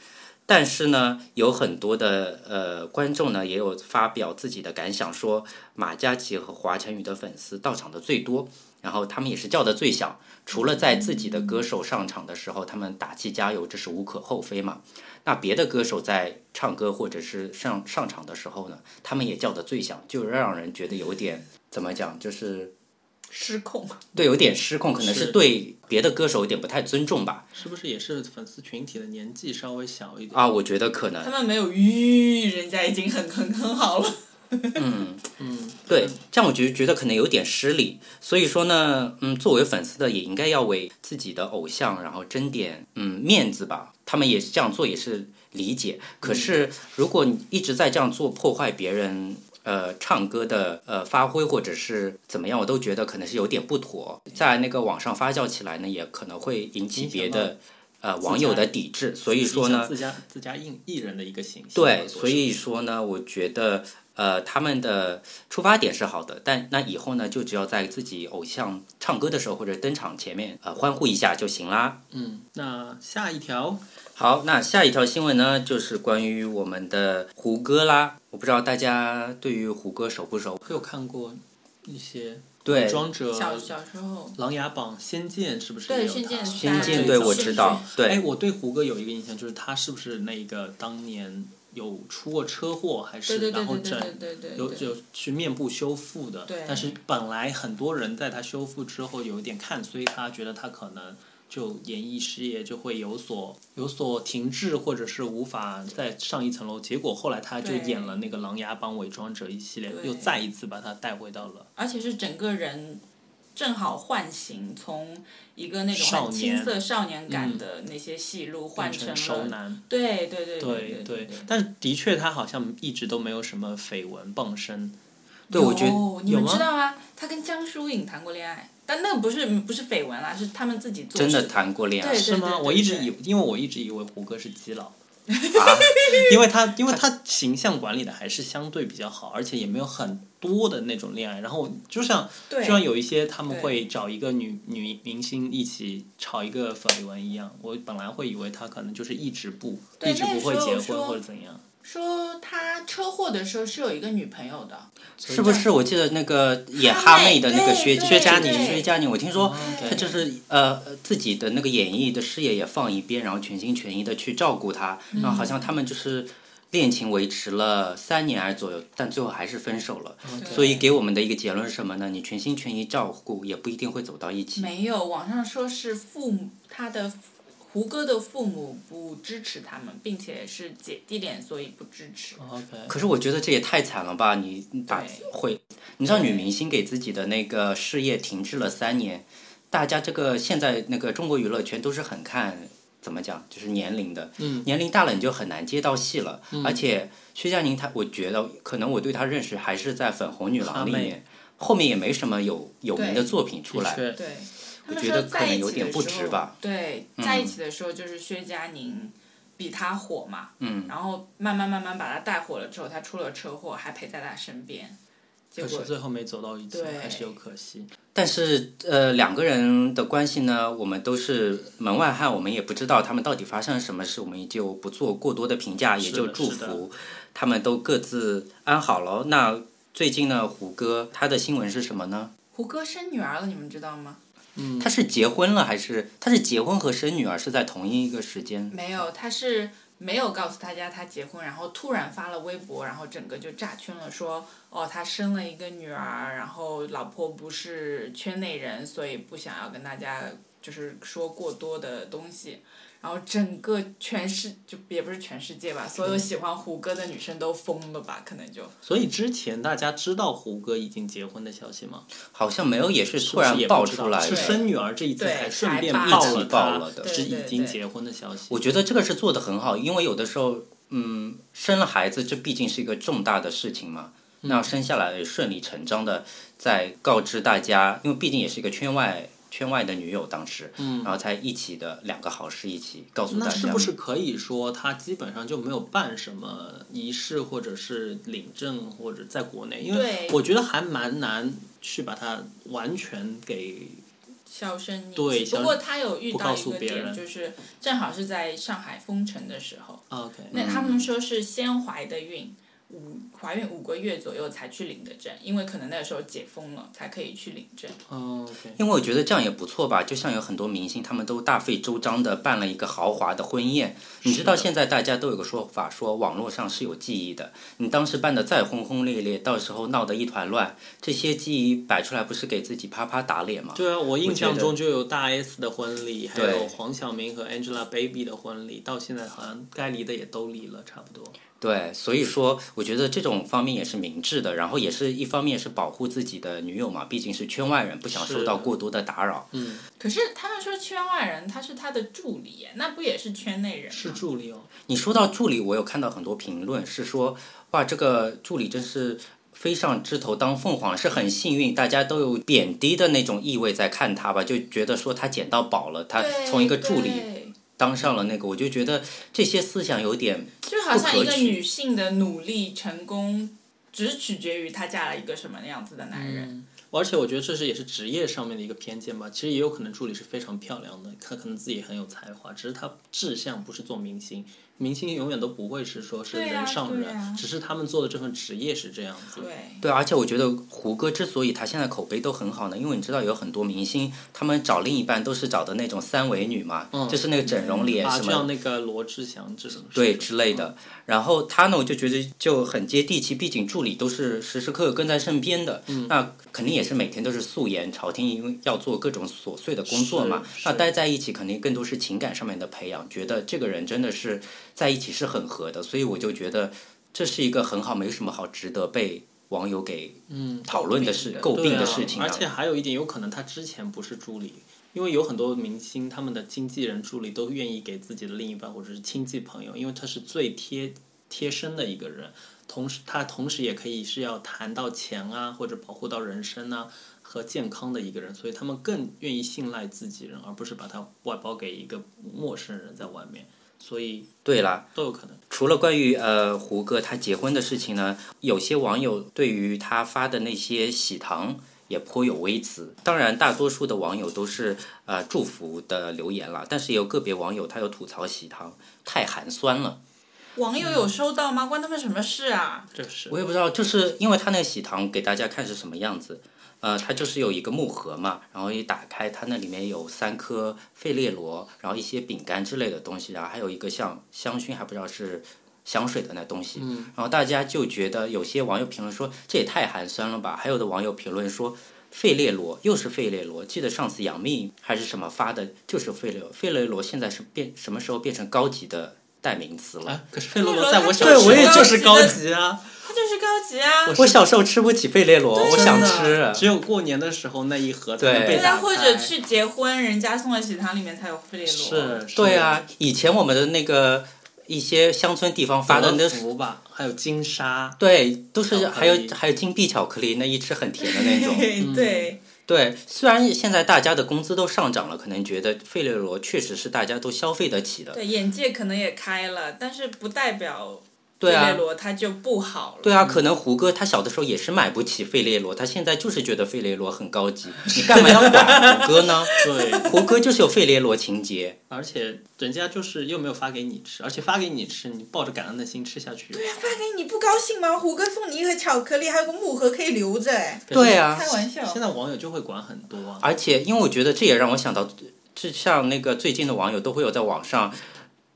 [SPEAKER 1] 但是呢，有很多的呃观众呢也有发表自己的感想说，马嘉祺和华晨宇的粉丝到场的最多，然后他们也是叫的最响。除了在自己的歌手上场的时候，他们打气加油，这是无可厚非嘛。那别的歌手在唱歌或者是上上场的时候呢，他们也叫的最响，就让人觉得有点怎么讲，就是
[SPEAKER 3] 失 控，
[SPEAKER 1] 对有点失控，可能是
[SPEAKER 2] 是
[SPEAKER 1] 对别的歌手有点不太尊重吧。
[SPEAKER 2] 是不是也是粉丝群体的年纪稍微小一点？
[SPEAKER 1] 啊，我觉得可能
[SPEAKER 2] 嗯
[SPEAKER 3] 他们没有吁，人家已经很很很好 了。
[SPEAKER 1] 对，这样我就觉得可能有点失礼。所以说呢，嗯，作为粉丝的也应该要为自己的偶像然后争点嗯面子吧。他们也是这样做也是理解。可
[SPEAKER 2] 嗯
[SPEAKER 1] 是如果你一直在这样做，破坏别人。呃，唱歌的呃发挥或者是怎么样，我都觉得可能是有点不妥，在那个网上发酵起来呢，也可能会引起
[SPEAKER 2] 影响
[SPEAKER 1] 别
[SPEAKER 2] 到
[SPEAKER 1] 的呃网友的抵制。所以说呢，
[SPEAKER 2] 自家自家艺艺人的一个形象，
[SPEAKER 1] 对，所以说呢，我觉得呃，他们的出发点是好的，但那以后呢，就只要在自己偶像唱歌的时候或者登场前面呃欢呼一下就行啦。
[SPEAKER 2] 嗯，那下一条
[SPEAKER 1] 好，那下一条新闻呢，就是关于我们的胡歌啦。我不知道大家对于胡歌熟不熟？
[SPEAKER 2] 我有看过一些
[SPEAKER 1] 对，
[SPEAKER 2] 装者、
[SPEAKER 3] 小小时候，
[SPEAKER 2] 《琅琊榜》《仙剑》是不是
[SPEAKER 3] 对
[SPEAKER 2] 也有他？
[SPEAKER 3] 仙剑
[SPEAKER 1] 仙剑
[SPEAKER 3] 三
[SPEAKER 1] 对
[SPEAKER 3] 最
[SPEAKER 1] 我
[SPEAKER 3] 早
[SPEAKER 1] 知
[SPEAKER 3] 是
[SPEAKER 1] 道，
[SPEAKER 2] 哎，
[SPEAKER 1] 对，
[SPEAKER 2] 我对胡歌有一个印象，就是他是不是那个当年有出过车祸，还是
[SPEAKER 3] 对对对
[SPEAKER 2] 然后
[SPEAKER 3] 对对
[SPEAKER 2] 整
[SPEAKER 3] 对对
[SPEAKER 2] 有
[SPEAKER 3] 对对，
[SPEAKER 2] 有去面部修复的？
[SPEAKER 3] 对
[SPEAKER 2] 但是本来很多人在他修复之后有一点看衰他，觉得他可能就演艺事业就会有所有所停滞，或者是无法再上一层楼。结果后来他就
[SPEAKER 3] 对
[SPEAKER 2] 演了那个《琅琊榜》《伪装者》一系列，
[SPEAKER 3] 对
[SPEAKER 2] 又再一次把他带回到了。
[SPEAKER 3] 而且是整个人正好唤醒，从一个那种
[SPEAKER 2] 少
[SPEAKER 3] 很
[SPEAKER 2] 年嗯
[SPEAKER 3] 青涩少年感的那些戏路换
[SPEAKER 2] 变
[SPEAKER 3] 了
[SPEAKER 2] 成熟男，
[SPEAKER 3] 对对对
[SPEAKER 2] 对
[SPEAKER 3] 对对，
[SPEAKER 2] 但是的确他好像一直都没有什么绯闻傍身，
[SPEAKER 1] 对我觉得
[SPEAKER 3] 有哦你们
[SPEAKER 2] 有吗
[SPEAKER 3] 知道吗？他跟江疏影谈过恋爱，但那个不是不是绯闻啦，是他们自己做
[SPEAKER 1] 真的
[SPEAKER 3] 事
[SPEAKER 1] 谈过恋爱
[SPEAKER 3] 对
[SPEAKER 2] 是吗？
[SPEAKER 3] 对对
[SPEAKER 2] 我一直
[SPEAKER 3] 对
[SPEAKER 2] 以因为我一直以为胡歌是基佬，
[SPEAKER 1] 啊，
[SPEAKER 2] 因为他因为他形象管理的还是相对比较好，而且也没有很多的那种恋爱。然后就像就
[SPEAKER 3] 对
[SPEAKER 2] 像有一些他们
[SPEAKER 3] 对
[SPEAKER 2] 会找一个女女明星一起炒一个绯闻一样，我本来会以为他可能就是一直不
[SPEAKER 3] 对
[SPEAKER 2] 一直不会
[SPEAKER 3] 那个时候
[SPEAKER 2] 结
[SPEAKER 3] 说
[SPEAKER 2] 婚或者怎样。
[SPEAKER 3] 说他车祸的时候是有一个女朋友的，
[SPEAKER 1] 是不是？我记得那个演哈
[SPEAKER 3] 哈妹
[SPEAKER 1] 妹的那个
[SPEAKER 3] 对
[SPEAKER 1] 薛
[SPEAKER 3] 对
[SPEAKER 1] 薛佳凝，
[SPEAKER 3] 对
[SPEAKER 1] 薛佳凝，我听说
[SPEAKER 3] 嗯
[SPEAKER 2] 对
[SPEAKER 1] 她就是呃自己的那个演艺的事业也放一边，然后全心全意的去照顾她，然后好像他们就是恋情维持了三年还是左右，但最后还是分手了。
[SPEAKER 3] 哦
[SPEAKER 1] 所以给我们的一个结论是什么呢？你全心全意照顾，也不一定会走到一起。
[SPEAKER 3] 没有，网上说是父母他的父胡歌的父母不支持他们，并且是姐弟恋，所以不支持。
[SPEAKER 2] OK，
[SPEAKER 1] 可是我觉得这也太惨了吧！你你把
[SPEAKER 3] 对
[SPEAKER 1] 会，你知道女明星给自己的那个事业停滞了三年，大家这个现在那个中国娱乐圈都是很看怎么讲，就是年龄的，
[SPEAKER 3] 嗯
[SPEAKER 1] 年龄大了你就很难接到戏了。而且薛佳凝她，我觉得可能我对她认识还是在《粉红女郎》里
[SPEAKER 2] 哈妹
[SPEAKER 1] 面，后面也没什么有有名的
[SPEAKER 3] 对
[SPEAKER 1] 作品出来。
[SPEAKER 2] 是
[SPEAKER 3] 对，他
[SPEAKER 1] 我
[SPEAKER 3] 们
[SPEAKER 1] 觉
[SPEAKER 3] 说
[SPEAKER 1] 得可
[SPEAKER 3] 在
[SPEAKER 1] 能
[SPEAKER 3] 一
[SPEAKER 1] 有
[SPEAKER 3] 起
[SPEAKER 1] 点
[SPEAKER 3] 的
[SPEAKER 1] 不
[SPEAKER 3] 时
[SPEAKER 1] 值
[SPEAKER 3] 候
[SPEAKER 1] 吧，。嗯
[SPEAKER 3] 对，在一起的时候就是薛佳凝比他火嘛，嗯，然后慢慢慢慢把他带火了之后，他出了车祸，还陪在他身边，结
[SPEAKER 2] 可是
[SPEAKER 3] 果
[SPEAKER 2] 最后没走到一起，
[SPEAKER 3] 对
[SPEAKER 2] 还是有可惜。
[SPEAKER 1] 但是呃，两个人的关系呢，我们都是门外汉，我们也不知道他们到底发生了什么事，我们也就不做过多的评价，也
[SPEAKER 2] 是的
[SPEAKER 1] 就祝
[SPEAKER 2] 是的
[SPEAKER 1] 福他们都各自安好了。那最近呢，胡歌他的新闻是什么呢？
[SPEAKER 3] 胡歌生女儿了，你们知道吗？
[SPEAKER 2] 嗯
[SPEAKER 1] 他是结婚了还是他是结婚和生女儿是在同一个时间？
[SPEAKER 3] 没有，他是没有告诉大家他结婚，然后突然发了微博，然后整个就炸圈了说，哦他生了一个女儿，然后老婆不是圈内人，所以不想要跟大家就是说过多的东西。然后整个全世就也不是全世界吧，所有喜欢胡歌的女生都疯了吧？可能就
[SPEAKER 2] 所以之前大家知道胡歌已经结婚的消息吗？
[SPEAKER 1] 好像没有，也是突
[SPEAKER 2] 不
[SPEAKER 1] 然
[SPEAKER 2] 是也
[SPEAKER 1] 爆
[SPEAKER 2] 不知道
[SPEAKER 1] 出来
[SPEAKER 2] 是
[SPEAKER 1] 的。
[SPEAKER 2] 生女儿这一次才顺便
[SPEAKER 3] 对还
[SPEAKER 2] 爆
[SPEAKER 3] 爆
[SPEAKER 1] 了
[SPEAKER 2] 了
[SPEAKER 1] 爆了的
[SPEAKER 2] 是
[SPEAKER 3] 对对
[SPEAKER 2] 已
[SPEAKER 3] 对
[SPEAKER 2] 经结婚的消息。
[SPEAKER 1] 我觉得这个是做的很好，因为有的时候，嗯，生了孩子这毕竟是一个重大的事情嘛，那生下来顺理成章的再告知大家，因为毕竟也是一个圈外圈外的女友，当时，嗯，然后才一起的两个好事一起告诉大
[SPEAKER 2] 那
[SPEAKER 1] 家，
[SPEAKER 2] 是不是可以说他基本上就没有办什么仪式，或者是领证，或者在国内？因为
[SPEAKER 3] 对
[SPEAKER 2] 我觉得还蛮难去把它完全给
[SPEAKER 3] 销声匿
[SPEAKER 2] 对
[SPEAKER 3] 迹。不
[SPEAKER 2] 销
[SPEAKER 3] 过他有遇
[SPEAKER 2] 不告
[SPEAKER 3] 到一
[SPEAKER 2] 诉
[SPEAKER 3] 个
[SPEAKER 2] 别人
[SPEAKER 3] 点，就是正好是在上海封城的时候，
[SPEAKER 2] OK。
[SPEAKER 3] 那
[SPEAKER 1] 嗯
[SPEAKER 3] 他们说是先怀的孕，五怀孕五个月左右才去领的证，因为可能那个时候解封了，才可以去领证。
[SPEAKER 2] 哦 OK，
[SPEAKER 1] 因为我觉得这样也不错吧，就像有很多明星，他们都大费周章的办了一个豪华的婚宴。你知道现在大家都有个说法，说网络上是有记忆的，你当时办的再轰轰烈烈，到时候闹得一团乱，这些记忆摆出来不是给自己啪啪打脸吗？
[SPEAKER 2] 对啊，我印
[SPEAKER 1] 我
[SPEAKER 2] 象
[SPEAKER 1] 觉得
[SPEAKER 2] 中就有大 S 的婚礼，还有
[SPEAKER 1] 对
[SPEAKER 2] 黄晓明和 Angelababy 的婚礼，到现在好像该离的也都离了，差不多。
[SPEAKER 1] 对，所以说我觉得这种方面也是明智的，然后也是一方面是保护自己的女友嘛，毕竟是圈外人，不想受
[SPEAKER 2] 是
[SPEAKER 1] 到过多的打扰。
[SPEAKER 3] 可是他们说圈外人他是他的助理耶，那不也是圈内人吗？
[SPEAKER 2] 是助理哦，
[SPEAKER 1] 你说到助理，我有看到很多评论是说，哇，这个助理真是飞上枝头当凤凰，是很幸运，大家都有贬低的那种意味在看他吧，就觉得说他捡到宝了，他
[SPEAKER 3] 对
[SPEAKER 1] 从一个助理
[SPEAKER 3] 对
[SPEAKER 1] 当上了那个，我就觉得这些思想有点
[SPEAKER 3] 就好像
[SPEAKER 1] 不
[SPEAKER 3] 一
[SPEAKER 1] 可
[SPEAKER 3] 个
[SPEAKER 1] 取
[SPEAKER 3] 女性的努力成功，只取决于她嫁了一个什么样子的男人。
[SPEAKER 1] 嗯
[SPEAKER 2] 而且我觉得这是也是职业上面的一个偏见吧。其实也有可能助理是非常漂亮的，她可能自己很有才华，只是她志向不是做明星，明星永远都不会是说是
[SPEAKER 3] 对啊
[SPEAKER 2] 人上人，
[SPEAKER 3] 对啊
[SPEAKER 2] 只是他们做的这份职业是这样子。
[SPEAKER 3] 对，
[SPEAKER 1] 对，而且我觉得胡歌之所以他现在口碑都很好呢，因为你知道有很多明星他们找另一半都是找的那种三维女嘛，就是那个整
[SPEAKER 3] 嗯
[SPEAKER 1] 容脸
[SPEAKER 2] 啊，
[SPEAKER 1] 什
[SPEAKER 2] 就
[SPEAKER 1] 么
[SPEAKER 2] 像那个罗志祥这种
[SPEAKER 1] 对之类
[SPEAKER 2] 嗯
[SPEAKER 1] 的。然后他呢，我就觉得就很接地气，毕竟助理都是时时刻刻跟在身边的，
[SPEAKER 2] 嗯
[SPEAKER 1] 那肯定也是每天都是素颜朝天，因为要做各种琐碎的工作嘛。
[SPEAKER 2] 是
[SPEAKER 1] 那
[SPEAKER 2] 是
[SPEAKER 1] 待在一起肯定更多是情感上面的培养，觉得这个人真的是在一起是很合的，所以我就觉得这是一个很好，没什么好值得被网友给
[SPEAKER 2] 嗯
[SPEAKER 1] 讨论的事、诟病
[SPEAKER 2] 对
[SPEAKER 1] 的
[SPEAKER 2] 啊
[SPEAKER 1] 事情
[SPEAKER 2] 而且还有一点，有可能他之前不是助理，因为有很多明星他们的经纪人助理都愿意给自己的另一半或者是亲戚朋友，因为他是最贴贴身的一个人，同时他同时也可以是要谈到钱啊，或者保护到人身啊。和健康的一个人，所以他们更愿意信赖自己人，而不是把他外包给一个陌生人在外面，所以
[SPEAKER 1] 对啦，
[SPEAKER 2] 都有可能。
[SPEAKER 1] 除了关于呃胡歌他结婚的事情呢，有些网友对于他发的那些喜糖也颇有微词。当然，大多数的网友都是呃祝福的留言啦，但是也有个别网友他有吐槽喜糖太寒酸了。
[SPEAKER 3] 网友有收到吗？关他们什么事啊？
[SPEAKER 2] 就是
[SPEAKER 1] 我也不知道，就是因为他那个喜糖给大家看是什么样子，呃，它就是有一个木盒嘛，然后一打开，它那里面有三颗费列罗，然后一些饼干之类的东西，然后还有一个像香薰，还不知道是香水的那东西，然后大家就觉得有些网友评论说这也太寒酸了吧，还有的网友评论说。费列罗又是费列罗，记得上次杨幂还是什么发的，就是费列罗。费列罗现在是变什么时候变成高级的代名词了？
[SPEAKER 2] 啊，可是费洛罗
[SPEAKER 3] 费洛罗
[SPEAKER 2] 在
[SPEAKER 3] 它
[SPEAKER 2] 我小
[SPEAKER 3] 对
[SPEAKER 2] 时
[SPEAKER 3] 我
[SPEAKER 2] 候
[SPEAKER 3] 也
[SPEAKER 2] 就是
[SPEAKER 3] 高
[SPEAKER 2] 高
[SPEAKER 3] 级的
[SPEAKER 2] 级啊，
[SPEAKER 3] 他就是高级啊。
[SPEAKER 1] 我小时候吃不起费列罗，哦我想吃。啊
[SPEAKER 2] 只有过年的时候那一盒才能
[SPEAKER 1] 对
[SPEAKER 2] 被
[SPEAKER 3] 对
[SPEAKER 2] 打
[SPEAKER 3] 啊，
[SPEAKER 2] 开。
[SPEAKER 3] 或者去结婚，人家送的喜糖里面才有费列罗。
[SPEAKER 2] 是，是
[SPEAKER 1] 对，啊，以前我们的那个一些乡村地方发的
[SPEAKER 2] 德
[SPEAKER 1] 那
[SPEAKER 2] 芙吧，还有金沙，
[SPEAKER 1] 对，都是
[SPEAKER 2] 巧克
[SPEAKER 1] 还有
[SPEAKER 2] 力
[SPEAKER 1] 还有金币巧克力，那一吃很甜的那 种。
[SPEAKER 2] 嗯
[SPEAKER 1] 嗯
[SPEAKER 3] 对对，
[SPEAKER 1] 对，虽然现在大家的工资都上涨了，可能觉得费列罗确实是大家都消费得起的。
[SPEAKER 3] 对，眼界可能也开了，但是不代表费
[SPEAKER 1] 对啊
[SPEAKER 3] 列罗它就不好了。
[SPEAKER 1] 对
[SPEAKER 2] 嗯
[SPEAKER 1] 啊，可能胡歌他小的时候也是买不起费列罗，他现在就是觉得费列罗很高 级，你干嘛要管胡歌呢？
[SPEAKER 2] 对，
[SPEAKER 1] 胡歌就是有费列罗情节，
[SPEAKER 2] 而且人家就是又没有发给你吃，而且发给你吃，你抱着感恩的心吃下去。对
[SPEAKER 3] 啊发给你不高兴吗？胡歌送你一盒巧克力，还有个木盒可以留着，哎，
[SPEAKER 1] 对啊，
[SPEAKER 3] 开玩笑。
[SPEAKER 2] 现在网友就会管很多啊，
[SPEAKER 1] 而且，因为我觉得这也让我想到，就像那个最近的网友都会有在网上，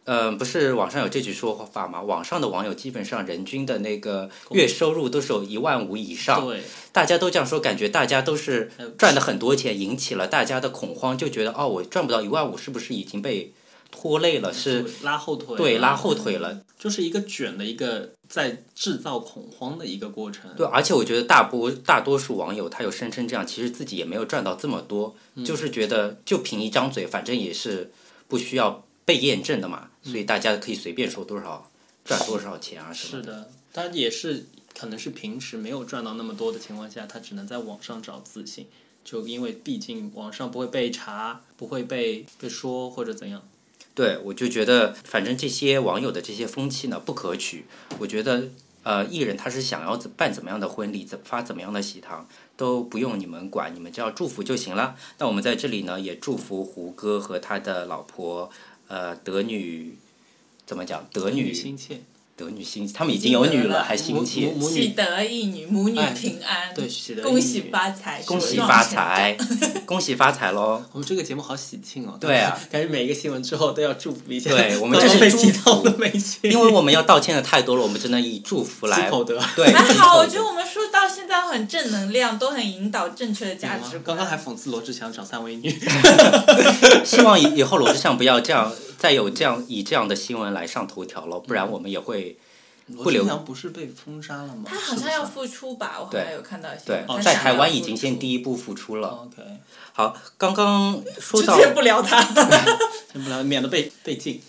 [SPEAKER 1] 呃，不是网上有这句说法嘛？网上的网友基本上人均的那个月收入都是有一万五以上，
[SPEAKER 2] 对，
[SPEAKER 1] 大家都这样说，感觉大家都是赚了很多钱，引起了大家的恐慌，就觉得哦，我赚不到一万五，是不是已经被呃拖累了？是
[SPEAKER 2] 拉后腿，
[SPEAKER 1] 对拉后腿了。
[SPEAKER 2] 就是一个卷的一个在制造恐慌的一个过程。
[SPEAKER 1] 对，而且我觉得大部大多数网友他有声称这样，其实自己也没有赚到这么多，就是觉得就凭一张嘴，反正也是不需要被验证的嘛，所以大家可以随便说多少赚多少钱啊什
[SPEAKER 2] 是
[SPEAKER 1] 么的。
[SPEAKER 2] 的，他也是可能是平时没有赚到那么多的情况下，他只能在网上找自信，就因为毕竟网上不会被查，不会被被说或者怎样。
[SPEAKER 1] 对，我就觉得反正这些网友的这些风气呢不可取，我觉得。呃，艺人他是想要怎办怎么样的婚礼，怎发怎么样的喜糖，都不用你们管，你们只要祝福就行了。那我们在这里呢，也祝福胡歌和他的老婆，呃，德女，怎么讲？德女
[SPEAKER 2] 女心切，
[SPEAKER 1] 德女心，他们已经有女了，还心
[SPEAKER 2] 母
[SPEAKER 1] 切，
[SPEAKER 2] 母母
[SPEAKER 3] 喜
[SPEAKER 2] 女
[SPEAKER 3] 得一女，母女
[SPEAKER 2] 哎
[SPEAKER 3] 平安，
[SPEAKER 2] 对喜得一
[SPEAKER 3] 恭喜
[SPEAKER 2] 女
[SPEAKER 3] 发财，
[SPEAKER 1] 恭喜
[SPEAKER 3] 茁壮
[SPEAKER 1] 发
[SPEAKER 3] 成 长。
[SPEAKER 1] 财，恭喜发财喽！
[SPEAKER 2] 我们这个节目好喜庆哦！
[SPEAKER 1] 对啊，
[SPEAKER 2] 感觉每一个新闻之后都要祝福一下。
[SPEAKER 1] 对我 们这
[SPEAKER 2] 刚刚
[SPEAKER 1] 是
[SPEAKER 2] 被
[SPEAKER 1] 祝
[SPEAKER 2] 提到
[SPEAKER 1] 福
[SPEAKER 2] 的那些，
[SPEAKER 1] 因为我们要道歉的太多了，我们真的以祝福
[SPEAKER 2] 西
[SPEAKER 1] 来
[SPEAKER 2] 口德。
[SPEAKER 1] 对。
[SPEAKER 3] 还
[SPEAKER 1] 祝
[SPEAKER 3] 好，
[SPEAKER 1] 口
[SPEAKER 3] 我觉得我们说到现在很正能量，都很引导正确的价值观。
[SPEAKER 2] 啊刚刚还讽刺罗志祥找三位女，
[SPEAKER 1] 希望以以后罗志祥不要这样，再有这样以这样的新闻来上头条了，不然我们也会
[SPEAKER 2] 罗志祥不是被封杀了吗？
[SPEAKER 3] 他
[SPEAKER 2] 是啊
[SPEAKER 3] 好
[SPEAKER 2] 不
[SPEAKER 3] 像
[SPEAKER 2] 是
[SPEAKER 3] 要复出吧？我好像有看到新闻。他
[SPEAKER 1] 在
[SPEAKER 3] 想
[SPEAKER 1] 台
[SPEAKER 3] 要
[SPEAKER 1] 湾
[SPEAKER 3] 复
[SPEAKER 1] 已经
[SPEAKER 3] 出
[SPEAKER 1] 先第一步付出了。
[SPEAKER 2] OK，
[SPEAKER 1] 好，刚刚说
[SPEAKER 3] 直
[SPEAKER 1] 到
[SPEAKER 3] 接不聊他。
[SPEAKER 2] 先不聊，免得被被禁。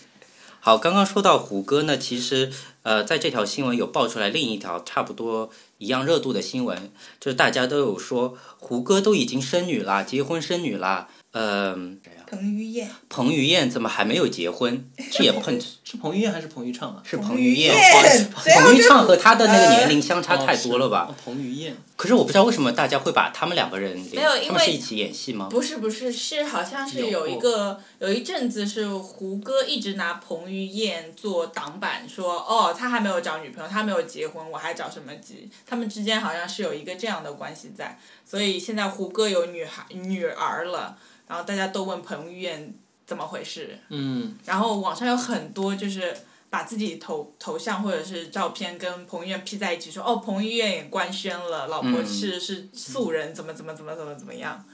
[SPEAKER 1] 好，刚刚说到胡歌呢，其实呃，在这条新闻有爆出来另一条差不多一样热度的新闻，就是大家都有说胡歌都已经生女啦，结婚生女啦，嗯、
[SPEAKER 3] 彭于晏，
[SPEAKER 1] 彭于晏怎么还没有结婚？这也碰
[SPEAKER 2] 是彭于晏还是彭昱畅啊？
[SPEAKER 1] 是
[SPEAKER 3] 彭
[SPEAKER 1] 彭于晏。
[SPEAKER 3] 谁要
[SPEAKER 1] 彭
[SPEAKER 3] 跟
[SPEAKER 1] 昱畅和他的那个年龄相差太多了
[SPEAKER 2] 哦
[SPEAKER 1] 吧？？
[SPEAKER 2] 是哦彭于晏，
[SPEAKER 1] 可是我不知道为什么大家会把他们两个人
[SPEAKER 3] 没有因为嗯
[SPEAKER 1] 连，他们是一起演戏吗？
[SPEAKER 3] 不是不是是好像是
[SPEAKER 2] 有
[SPEAKER 3] 有一
[SPEAKER 2] 过
[SPEAKER 3] 个有一阵子是胡歌一直拿彭于晏做挡板说，哦他还没有找女朋友，他没有结婚，我还找什么急？他们之间好像是有一个这样的关系在，所以现在胡歌有女孩女儿了，然后大家都问彭于晏怎么回事，
[SPEAKER 2] 嗯，
[SPEAKER 3] 然后网上有很多就是把自己头头像或者是照片跟彭于晏 P 在一起说，哦，彭于晏也官宣了，老
[SPEAKER 2] 嗯
[SPEAKER 3] 婆是、是素人，怎么怎么怎么怎么怎么样。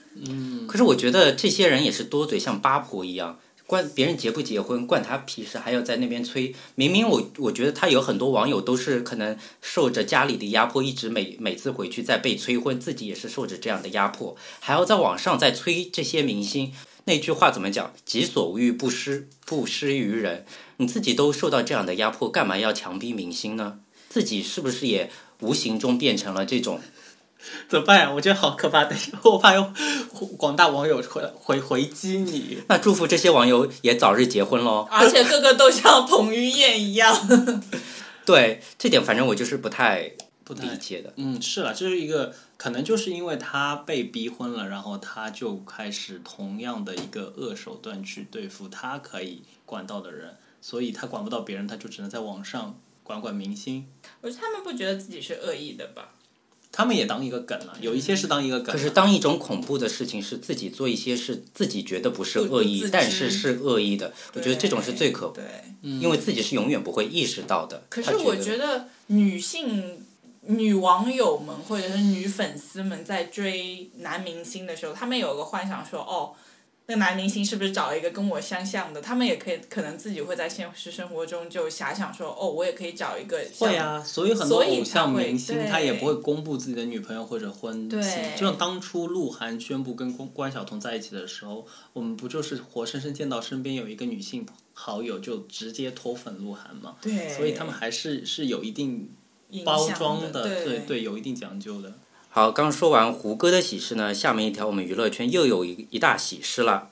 [SPEAKER 1] 可是我觉得这些人也是多嘴，像八婆一样，关别人结不结婚，关他屁事，还要在那边催。明明我我觉得他有很多网友都是可能受着家里的压迫，一直每每次回去在被催婚，自己也是受着这样的压迫，还要在网上再催这些明星。那句话怎么讲？己所欲不施不施于人。你自己都受到这样的压迫，干嘛要强逼明星呢？自己是不是也无形中变成了这种
[SPEAKER 2] 怎么办呀？我觉得好可怕，但是我怕有广大网友回回回击你。
[SPEAKER 1] 那祝福这些网友也早日结婚喽。
[SPEAKER 3] 而且个个都像彭于晏一样，
[SPEAKER 1] 对这点，反正我就是不太
[SPEAKER 2] 不太
[SPEAKER 1] 理解的。
[SPEAKER 2] 嗯，是了，这是一个可能就是因为他被逼婚了，然后他就开始同样的一个恶手段去对付他可以管到的人，所以他管不到别人，他就只能在网上管管明星。
[SPEAKER 3] 我觉得他们不觉得自己是恶意的吧？
[SPEAKER 2] 他们也当一个梗了，有一些是当一个梗。
[SPEAKER 1] 可
[SPEAKER 2] 啊
[SPEAKER 1] 是当一种恐怖的事情是自己做一些是自己觉得不是恶
[SPEAKER 3] 不
[SPEAKER 1] 意
[SPEAKER 3] 自知，
[SPEAKER 1] 但是是恶意的，我觉得这种是最可
[SPEAKER 3] 对。对
[SPEAKER 1] 因为自己是永远不会意识到的。
[SPEAKER 3] 可
[SPEAKER 1] 他
[SPEAKER 3] 是我
[SPEAKER 1] 得
[SPEAKER 3] 觉得女性、女网友们或者是女粉丝们在追男明星的时候，他们有个幻想说，哦，那个男明星是不是找了一个跟我相像的？他们也可以可能自己会在现实生活中就遐想说，哦，我也可以找一个像
[SPEAKER 2] 会啊，所以很多
[SPEAKER 3] 所以
[SPEAKER 2] 偶像
[SPEAKER 3] 才会
[SPEAKER 2] 明星
[SPEAKER 3] 对
[SPEAKER 2] 他也不会公布自己的女朋友或者婚
[SPEAKER 3] 对
[SPEAKER 2] 期。就像当初鹿晗宣布跟关关晓彤在一起的时候，我们不就是活生生见到身边有一个女性好友就直接脱粉鹿晗嘛？
[SPEAKER 3] 对
[SPEAKER 2] 所以他们还是是有一定
[SPEAKER 3] 影
[SPEAKER 2] 包
[SPEAKER 3] 响
[SPEAKER 2] 装
[SPEAKER 3] 的，
[SPEAKER 2] 对
[SPEAKER 3] 对，
[SPEAKER 2] 对，有一定讲究的。
[SPEAKER 1] 好，刚说完胡歌的喜事呢，下面一条我们娱乐圈又有一一大喜事了。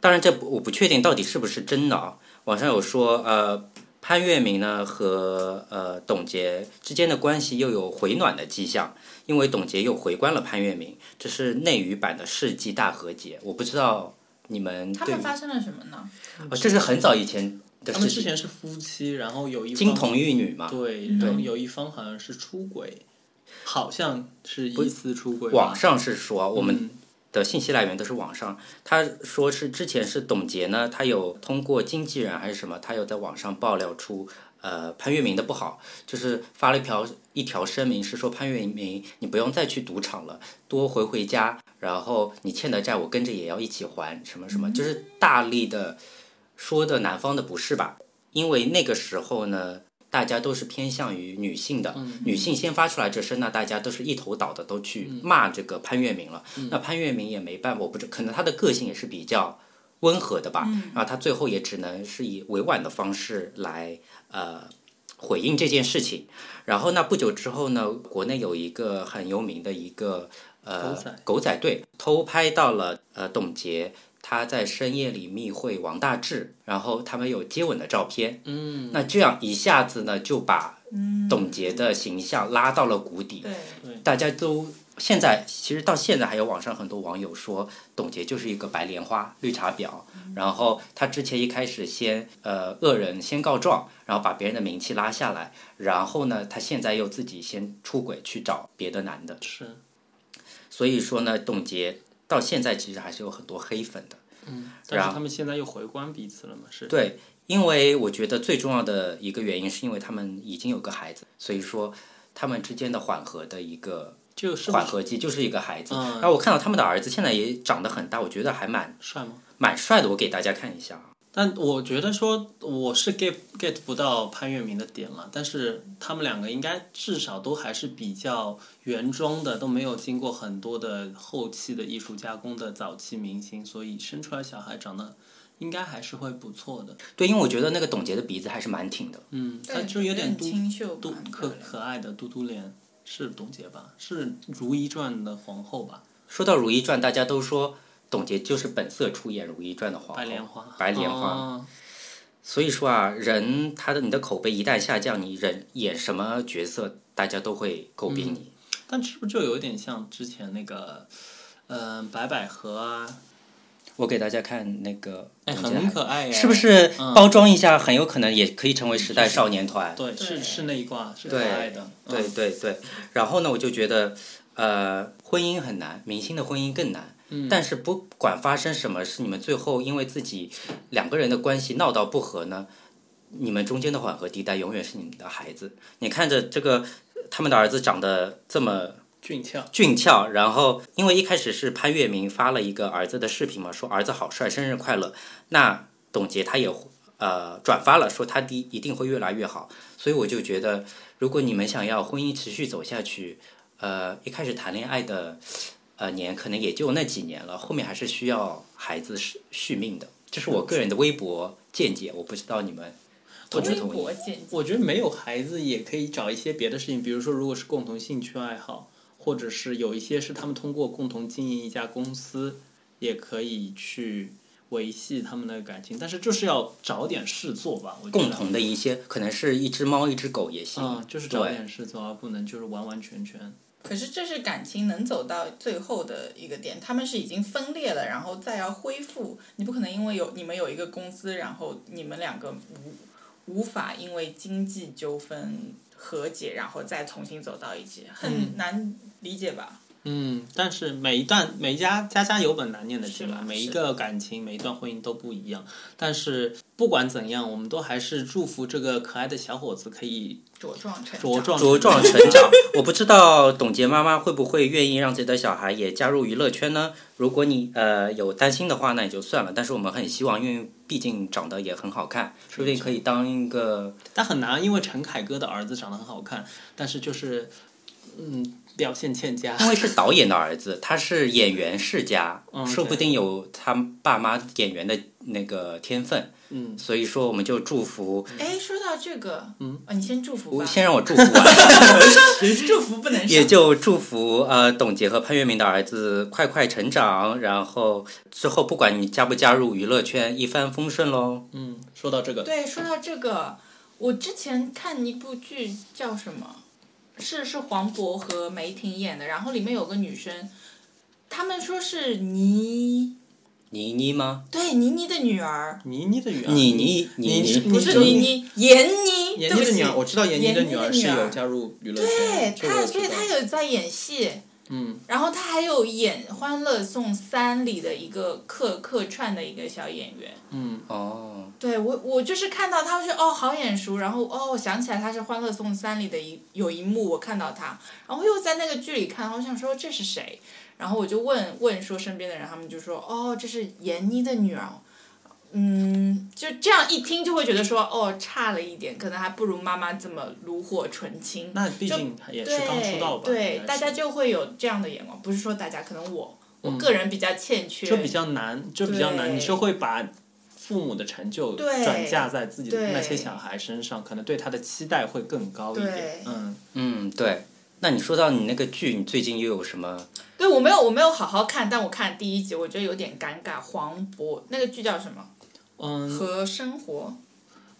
[SPEAKER 1] 当然这不我不确定到底是不是真的啊。网上有说，呃，潘粤明呢和呃董洁之间的关系又有回暖的迹象，因为董洁又回关了潘粤明，这是内娱版的世纪大和解。我不知道你们
[SPEAKER 3] 他
[SPEAKER 1] 对于
[SPEAKER 3] 们发生了什么呢？
[SPEAKER 1] 哦，这是很早以前的事
[SPEAKER 2] 他们之
[SPEAKER 1] 情，
[SPEAKER 2] 前是夫妻，然后有一
[SPEAKER 1] 金
[SPEAKER 2] 方
[SPEAKER 1] 童玉女嘛。
[SPEAKER 2] 对，
[SPEAKER 3] 嗯
[SPEAKER 2] 然后有一方好像是出轨，好像是疑似出轨吧。
[SPEAKER 1] 网上是说我们
[SPEAKER 2] 嗯
[SPEAKER 1] 的信息来源都是网上。他说是之前是董洁呢，她有通过经纪人还是什么，她有在网上爆料出呃潘粤明的不好，就是发了一条一条声明，是说潘粤明你不用再去赌场了，多回回家，然后你欠的债我跟着也要一起还，什么什么，就是大力的说的男方的不是吧？因为那个时候呢。大家都是偏向于女性的，女性先发出来这声，那大家都是一头倒的，都去骂这个潘粤明了。那潘粤明也没办法，我不知可能他的个性也是比较温和的吧，然后他最后也只能是以委婉的方式来呃回应这件事情。然后那不久之后呢，国内有一个很有名的一个呃
[SPEAKER 2] 狗仔
[SPEAKER 1] 队偷拍到了呃董洁。她在深夜里密会王大治，然后他们有接吻的照片。嗯，那这样一下子呢，就把董洁的形象拉到了谷底。
[SPEAKER 3] 对，
[SPEAKER 1] 大家都现在其实到现在还有网上很多网友说董洁就是一个白莲花绿茶婊，然后她之前一开始先呃恶人先告状，然后把别人的名气拉下来，然后呢她现在又自己先出轨去找别的男的，
[SPEAKER 2] 是
[SPEAKER 1] 所以说呢董洁到现在其实还是有很多黑粉的。
[SPEAKER 2] 嗯但是他们现在又回关彼此了嘛？是
[SPEAKER 1] 对，因为我觉得最重要的一个原因是因为他们已经有个孩子，所以说他们之间的缓和的一个
[SPEAKER 2] 就是不
[SPEAKER 1] 缓
[SPEAKER 2] 是
[SPEAKER 1] 和剂就是一个孩子。
[SPEAKER 2] 嗯
[SPEAKER 1] 然后我看到他们的儿子现在也长得很大，我觉得还蛮
[SPEAKER 2] 帅吗？
[SPEAKER 1] 蛮帅的，我给大家看一下啊。
[SPEAKER 2] 但我觉得说我是 get get 不到潘粤明的点了，但是他们两个应该至少都还是比较原装的，都没有经过很多的后期的艺术加工的早期明星，所以生出来小孩长得应该还是会不错的。
[SPEAKER 1] 对，因为我觉得那个董洁的鼻子还是蛮挺的，
[SPEAKER 2] 嗯，他
[SPEAKER 3] 对
[SPEAKER 2] 就有点
[SPEAKER 3] 很
[SPEAKER 2] 嘟
[SPEAKER 3] 清秀
[SPEAKER 2] 嘟
[SPEAKER 3] 蛮漂
[SPEAKER 2] 可
[SPEAKER 3] 亮
[SPEAKER 2] 可爱的嘟嘟脸，是董洁吧？是《如懿传》的皇后吧？
[SPEAKER 1] 说到《如懿传》，大家都说董洁就是本色出演《如懿传》的皇后，
[SPEAKER 2] 白莲花，
[SPEAKER 1] 白莲花。
[SPEAKER 2] 哦
[SPEAKER 1] 所以说啊，人他的你的口碑一旦下降，你人演什么角色，大家都会诟
[SPEAKER 2] 嗯
[SPEAKER 1] 病你。
[SPEAKER 2] 但是不是就有点像之前那个，嗯、白百合啊，
[SPEAKER 1] 我给大家看那个
[SPEAKER 2] 哎，
[SPEAKER 1] 董洁的
[SPEAKER 2] 很
[SPEAKER 1] 孩子，
[SPEAKER 2] 可爱呀、哎嗯
[SPEAKER 1] 是不？是包装一下，很有可能也可以成为时代少年团？
[SPEAKER 2] 对，
[SPEAKER 3] 对
[SPEAKER 2] 是是那一挂，是可爱的。
[SPEAKER 1] 对
[SPEAKER 2] 嗯
[SPEAKER 1] 对对，然后呢，我就觉得，呃，婚姻很难，明星的婚姻更难。
[SPEAKER 2] 嗯
[SPEAKER 1] 但是不管发生什么事，你们最后因为自己两个人的关系闹到不和呢，你们中间的缓和地带永远是你们的孩子。你看着这个他们的儿子长得这么
[SPEAKER 2] 俊俏，
[SPEAKER 1] 俊俏，然后因为一开始是潘粤明发了一个儿子的视频嘛，说儿子好帅，生日快乐。那董洁她也呃转发了，说他第一定会越来越好。所以我就觉得，如果你们想要婚姻持续走下去，呃，一开始谈恋爱的呃年可能也就那几年了，后面还是需要孩子续续命的。这是我个人的微博见解，我不知道你们同不
[SPEAKER 3] 微
[SPEAKER 1] 同意
[SPEAKER 3] 博。见
[SPEAKER 2] 我觉得没有孩子也可以找一些别的事情，比如说，如果是共同兴趣爱好，或者是有一些是他们通过共同经营一家公司，也可以去维系他们的感情。但是就是要找点事做吧，我觉得
[SPEAKER 1] 共同的一些可能是一只猫一只狗也行，
[SPEAKER 2] 嗯，就是找
[SPEAKER 1] 对
[SPEAKER 2] 点事做，而不能就是完完全全。
[SPEAKER 3] 可是这是感情能走到最后的一个点，他们是已经分裂了，然后再要恢复，你不可能因为有你们有一个公司，然后你们两个无无法因为经济纠纷和解，然后再重新走到一起，很难理解吧？
[SPEAKER 2] 嗯，但是每一段每一家家家有本难念的经
[SPEAKER 3] 是
[SPEAKER 2] 啦
[SPEAKER 3] 吧，
[SPEAKER 2] 每一个感情每一段婚姻都不一样。但是不管怎样，我们都还是祝福这个可爱的小伙子可以
[SPEAKER 3] 茁壮成
[SPEAKER 2] 茁
[SPEAKER 3] 长。
[SPEAKER 2] 壮
[SPEAKER 1] 茁壮
[SPEAKER 2] 成
[SPEAKER 1] 成长。我不知道董洁妈妈会不会愿意让自己的小孩也加入娱乐圈呢？如果你呃有担心的话，那也就算了。但是我们很希望，因为毕竟长得也很好看，说不定可以当一个
[SPEAKER 2] 但很难，因为陈凯歌的儿子长得很好看，但是就是嗯表现欠佳。
[SPEAKER 1] 因为是导演的儿子，他是演员世家，
[SPEAKER 2] 嗯
[SPEAKER 1] 说不定有他爸妈演员的那个天分。
[SPEAKER 2] 嗯，
[SPEAKER 1] 所以说我们就祝福，
[SPEAKER 3] 哎，说到这个，嗯，啊，你先祝福吧，
[SPEAKER 1] 先让我祝福完，
[SPEAKER 3] 祝福不能
[SPEAKER 1] 也
[SPEAKER 3] 少。
[SPEAKER 1] 就祝福呃董洁和潘粤明的儿子快快成长，然后之后不管你加不加入娱乐圈，一帆风顺喽。
[SPEAKER 2] 嗯，说到这个，
[SPEAKER 3] 对，说到这个，我之前看一部剧叫什么？是是黄渤和梅婷演的，然后里面有个女生，他们说是倪，
[SPEAKER 1] 倪妮吗？
[SPEAKER 3] 对倪妮的女儿，
[SPEAKER 2] 倪妮的女儿，
[SPEAKER 1] 倪妮，倪
[SPEAKER 2] 你是
[SPEAKER 1] 妮，
[SPEAKER 3] 不
[SPEAKER 2] 你
[SPEAKER 3] 是
[SPEAKER 2] 说
[SPEAKER 3] 倪妮，闫妮，
[SPEAKER 2] 闫妮
[SPEAKER 3] 对不
[SPEAKER 2] 的女儿，
[SPEAKER 3] 起
[SPEAKER 2] 我知道闫妮的
[SPEAKER 3] 闫妮
[SPEAKER 2] 女
[SPEAKER 3] 的
[SPEAKER 2] 儿
[SPEAKER 3] 女
[SPEAKER 2] 是有
[SPEAKER 3] 儿
[SPEAKER 2] 加入娱乐
[SPEAKER 3] 对
[SPEAKER 2] 圈，这个
[SPEAKER 3] 她，
[SPEAKER 2] 我
[SPEAKER 3] 所以
[SPEAKER 2] 知道
[SPEAKER 3] 她有在演戏，
[SPEAKER 2] 嗯，
[SPEAKER 3] 然后她还有演《欢乐颂三》里的一个客客串的一个小演员。
[SPEAKER 2] 嗯
[SPEAKER 1] 哦，
[SPEAKER 3] 对我，我就是看到他，我就觉得哦，好眼熟，然后哦，我想起来他是《欢乐颂三》里的一有一幕，我看到他，然后又在那个剧里看，我想说这是谁，然后我就问问说身边的人，他们就说哦，这是闫妮的女儿，哦嗯，就这样一听就会觉得说哦，差了一点，可能还不如妈妈这么炉火纯青。
[SPEAKER 2] 那毕竟也是刚出道吧，
[SPEAKER 3] 对
[SPEAKER 2] 应，该
[SPEAKER 3] 大
[SPEAKER 2] 是嗯
[SPEAKER 3] 家就会有这样的眼光，不是说大家，可能我我个人比较欠缺，
[SPEAKER 2] 就比较难，就比较难，
[SPEAKER 3] 对
[SPEAKER 2] 你就会把父母的成就
[SPEAKER 3] 对
[SPEAKER 2] 转嫁在自己的
[SPEAKER 3] 对
[SPEAKER 2] 那些小孩身上，可能对他的期待会更高一点
[SPEAKER 3] 对。
[SPEAKER 2] 嗯，
[SPEAKER 1] 嗯，对。那你说到你那个剧，你最近又有什么？
[SPEAKER 3] 对，我没有我没有好好看，但我看第一集，我觉得有点尴尬。黄渤那个剧叫什么？
[SPEAKER 2] 嗯，
[SPEAKER 3] 和生活。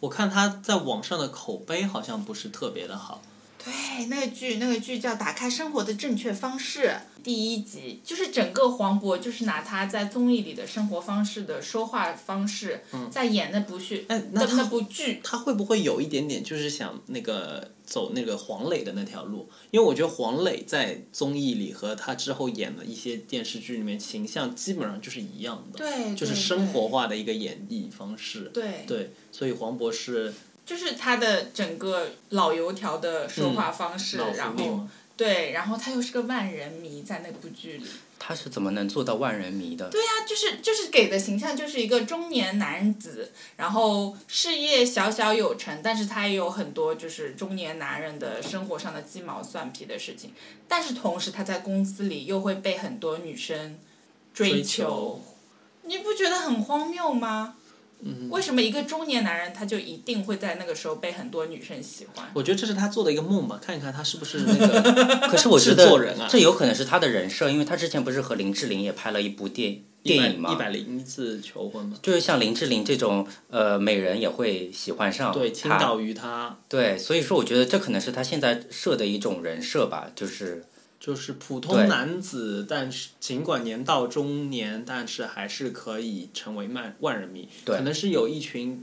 [SPEAKER 2] 我看他在网上的口碑好像不是特别的好。
[SPEAKER 3] 对，那个剧那个剧叫《打开生活的正确方式》，第一集就是整个黄渤就是拿他在综艺里的生活方式的说话方式，在演那部剧，
[SPEAKER 2] 哎嗯那
[SPEAKER 3] 那
[SPEAKER 2] 他
[SPEAKER 3] 那部剧。
[SPEAKER 2] 他会不会有一点点就是想那个走那个黄磊的那条路？因为我觉得黄磊在综艺里和他之后演的一些电视剧里面形象基本上就是一样的，
[SPEAKER 3] 对，
[SPEAKER 2] 就是
[SPEAKER 3] 对
[SPEAKER 2] 生活。化的一个演绎方式。
[SPEAKER 3] 对，
[SPEAKER 2] 对，所以黄渤是
[SPEAKER 3] 就是他的整个老油条的
[SPEAKER 2] 嗯
[SPEAKER 3] 说话方式，
[SPEAKER 2] 老
[SPEAKER 3] 然
[SPEAKER 2] 狐狸
[SPEAKER 3] 后
[SPEAKER 2] 吗？
[SPEAKER 3] 对，然后他又是个万人迷，在那部剧里。
[SPEAKER 1] 他是怎么能做到万人迷的？
[SPEAKER 3] 对呀、就是就是给的形象就是一个中年男子，然后事业小小有成，但是他也有很多就是中年男人的生活上的鸡毛蒜皮的事情，但是同时他在公司里又会被很多女生追
[SPEAKER 2] 追求
[SPEAKER 3] 你不觉得很荒谬吗？
[SPEAKER 2] 嗯
[SPEAKER 3] 为什么一个中年男人他就一定会在那个时候被很多女生喜欢？
[SPEAKER 2] 我觉得这是他做的一个梦吧，看一看他是不是那 个
[SPEAKER 1] 可是我觉得
[SPEAKER 2] 制作人啊
[SPEAKER 1] 这有可能是他的人设，因为他之前不是和林志玲也拍了一部电电影
[SPEAKER 2] 一
[SPEAKER 1] 嘛，
[SPEAKER 2] 百零一次求婚嘛。
[SPEAKER 1] 就是像林志玲这种呃美人也会喜欢上
[SPEAKER 2] 对，倾
[SPEAKER 1] 他
[SPEAKER 2] 倒于他
[SPEAKER 1] 对，所以说我觉得这可能是他现在设的一种人设吧，就是
[SPEAKER 2] 就是普通男子，但是尽管年到中年，但是还是可以成为万万人迷。
[SPEAKER 1] 对
[SPEAKER 2] 可能是有一群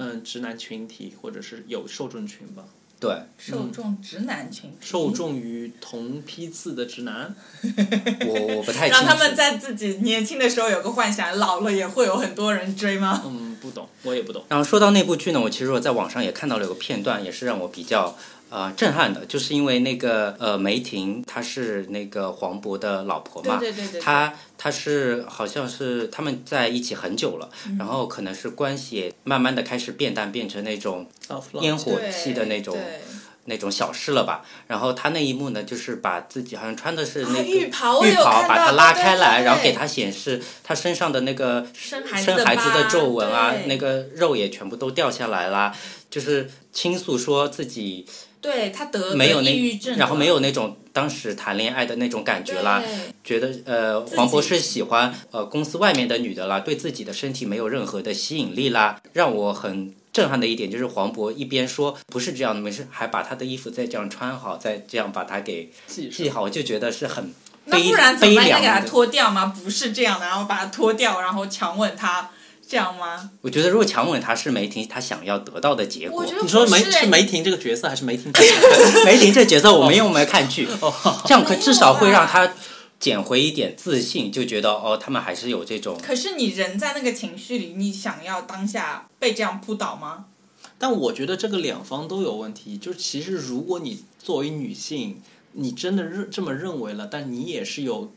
[SPEAKER 2] 嗯、直男群体，或者是有受众群吧，
[SPEAKER 1] 对，
[SPEAKER 3] 受众直男群体，
[SPEAKER 2] 嗯受众于同批次的直男。
[SPEAKER 1] 我我不太清
[SPEAKER 3] 让
[SPEAKER 1] 楚。
[SPEAKER 3] 他们在自己年轻的时候有个幻想，老了也会有很多人 追吗？
[SPEAKER 2] 嗯，不懂，我也不懂。
[SPEAKER 1] 然后说到那部剧呢，我其实我在网上也看到了有个片段，也是让我比较呃震撼的，就是因为那个呃梅婷她是那个黄渤的老婆嘛，
[SPEAKER 3] 对对对对
[SPEAKER 1] 她她是好像是他们在一起很久了，
[SPEAKER 3] 嗯
[SPEAKER 1] 然后可能是关系也慢慢的开始变淡，变成那种烟火
[SPEAKER 3] 对
[SPEAKER 1] 气的那种
[SPEAKER 3] 对
[SPEAKER 1] 那种小事了吧。然后她那一幕呢，就是把自己好像穿的是那个
[SPEAKER 3] 啊浴袍我
[SPEAKER 1] 浴
[SPEAKER 3] 有
[SPEAKER 1] 袍，
[SPEAKER 3] 看
[SPEAKER 1] 把
[SPEAKER 3] 到
[SPEAKER 1] 它拉
[SPEAKER 3] 对
[SPEAKER 1] 开来，
[SPEAKER 3] 对
[SPEAKER 1] 然后给她显示她身上的那个
[SPEAKER 3] 生孩子
[SPEAKER 1] 生孩子的
[SPEAKER 3] 疤
[SPEAKER 1] 皱纹啊
[SPEAKER 3] 对，
[SPEAKER 1] 那个肉也全部都掉下来啦，就是倾诉说自己
[SPEAKER 3] 对他得
[SPEAKER 1] 没有
[SPEAKER 3] 得抑郁
[SPEAKER 1] 那，
[SPEAKER 3] 症，
[SPEAKER 1] 然后没有那种当时谈恋爱的那种感觉啦，
[SPEAKER 3] 对
[SPEAKER 1] 觉得呃
[SPEAKER 3] 自己
[SPEAKER 1] 黄渤是喜欢呃公司外面的女的啦，对自己的身体没有任何的吸引力啦，让我很。震撼的一点就是黄渤一边说不是这样的，没事，还把他的衣服再这样穿好，再这样把它给
[SPEAKER 2] 技术
[SPEAKER 1] 系好，我就觉得是很
[SPEAKER 3] 那
[SPEAKER 1] 悲
[SPEAKER 3] 不然怎
[SPEAKER 1] 悲
[SPEAKER 3] 么办？应
[SPEAKER 1] 凉
[SPEAKER 3] 该给他
[SPEAKER 1] 的。
[SPEAKER 3] 脱掉吗？不是这样的，然后把他脱掉，然后强吻他，这样吗？
[SPEAKER 1] 我觉得如果强吻他是梅婷她想要得到的结果
[SPEAKER 3] 我觉。得
[SPEAKER 2] 你说
[SPEAKER 3] 不
[SPEAKER 2] 梅
[SPEAKER 3] 是哎
[SPEAKER 2] 是梅婷这个角色还是梅婷这个 角色？
[SPEAKER 1] 梅婷这角色我们又没看剧，
[SPEAKER 2] 哦，
[SPEAKER 1] 这样可至少会
[SPEAKER 3] 没有
[SPEAKER 1] 让
[SPEAKER 3] 啦
[SPEAKER 1] 他捡回一点自信，就觉得哦，他们还是有这种
[SPEAKER 3] 可是你人在那个情绪里，你想要当下被这样扑倒吗？
[SPEAKER 2] 但我觉得这个两方都有问题。就是其实如果你作为女性，你真的认这么认为了，但你也是有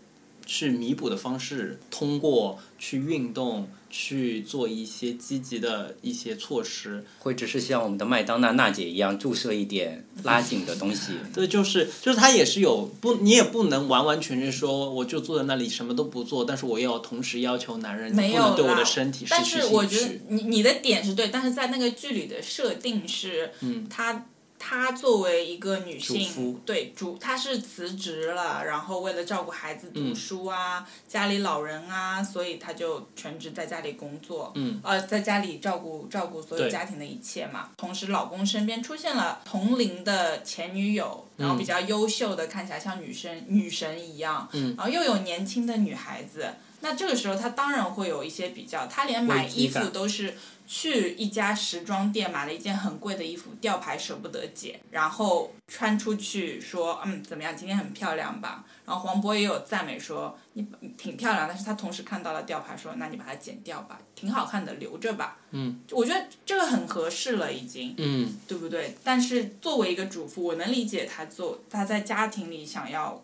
[SPEAKER 2] 去弥补的方式，通过去运动，去做一些积极的一些措施。
[SPEAKER 1] 会只是像我们的麦当娜娜姐一样注射一点拉紧的东西。
[SPEAKER 2] 对，就是就是他也是有不，你也不能完完全全说我就坐在那里什么都不做，但是我也要同时要求男人
[SPEAKER 3] 没
[SPEAKER 2] 你不
[SPEAKER 3] 有啦
[SPEAKER 2] 能对我的身体失
[SPEAKER 3] 但
[SPEAKER 2] 去
[SPEAKER 3] 是我
[SPEAKER 2] 兴
[SPEAKER 3] 觉得
[SPEAKER 2] 趣。
[SPEAKER 3] 你你的点是对，但是在那个剧里的设定是，嗯，她她作为一个女
[SPEAKER 2] 主夫
[SPEAKER 3] 性，对主，她是辞职了，然后为了照顾孩子
[SPEAKER 2] 嗯
[SPEAKER 3] 读书啊，家里老人啊，所以她就全职在家里工作，嗯，呃，在家里照顾照顾所有
[SPEAKER 2] 对
[SPEAKER 3] 家庭的一切嘛。同时，老公身边出现了同龄的前女友，
[SPEAKER 2] 嗯
[SPEAKER 3] 然后比较优秀的，看起来像女生女神一样，嗯，然后又有年轻的女孩子。那这个时候，她当然会有一些比较，她连买
[SPEAKER 2] 危机
[SPEAKER 3] 衣服
[SPEAKER 2] 感
[SPEAKER 3] 都是去一家时装店买了一件很贵的衣服，吊牌舍不得解，然后穿出去说，嗯，怎么样，今天很漂亮吧？然后黄渤也有赞美说你你挺漂亮，但是他同时看到了吊牌说，那你把它剪掉吧，挺好看的，留着吧。嗯，我觉得这个很合适了，已经。
[SPEAKER 2] 嗯，
[SPEAKER 3] 对不对？但是作为一个主妇，我能理解她做她在家庭里想要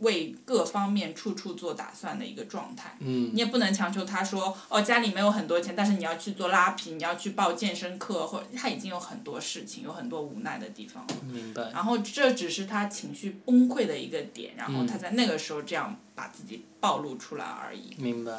[SPEAKER 3] 为各方面处处做打算的一个状态。嗯，你也不能强求她说哦，家里没有很多钱，但是你要去做拉皮，你要去报健身课，或者她已经有很多事情，有很多无奈的地方了。
[SPEAKER 2] 明白。
[SPEAKER 3] 然后这只是她情绪崩溃的一个点，然
[SPEAKER 2] 嗯
[SPEAKER 3] 后她在那个时候这样把自己暴露出来而已。
[SPEAKER 2] 明白，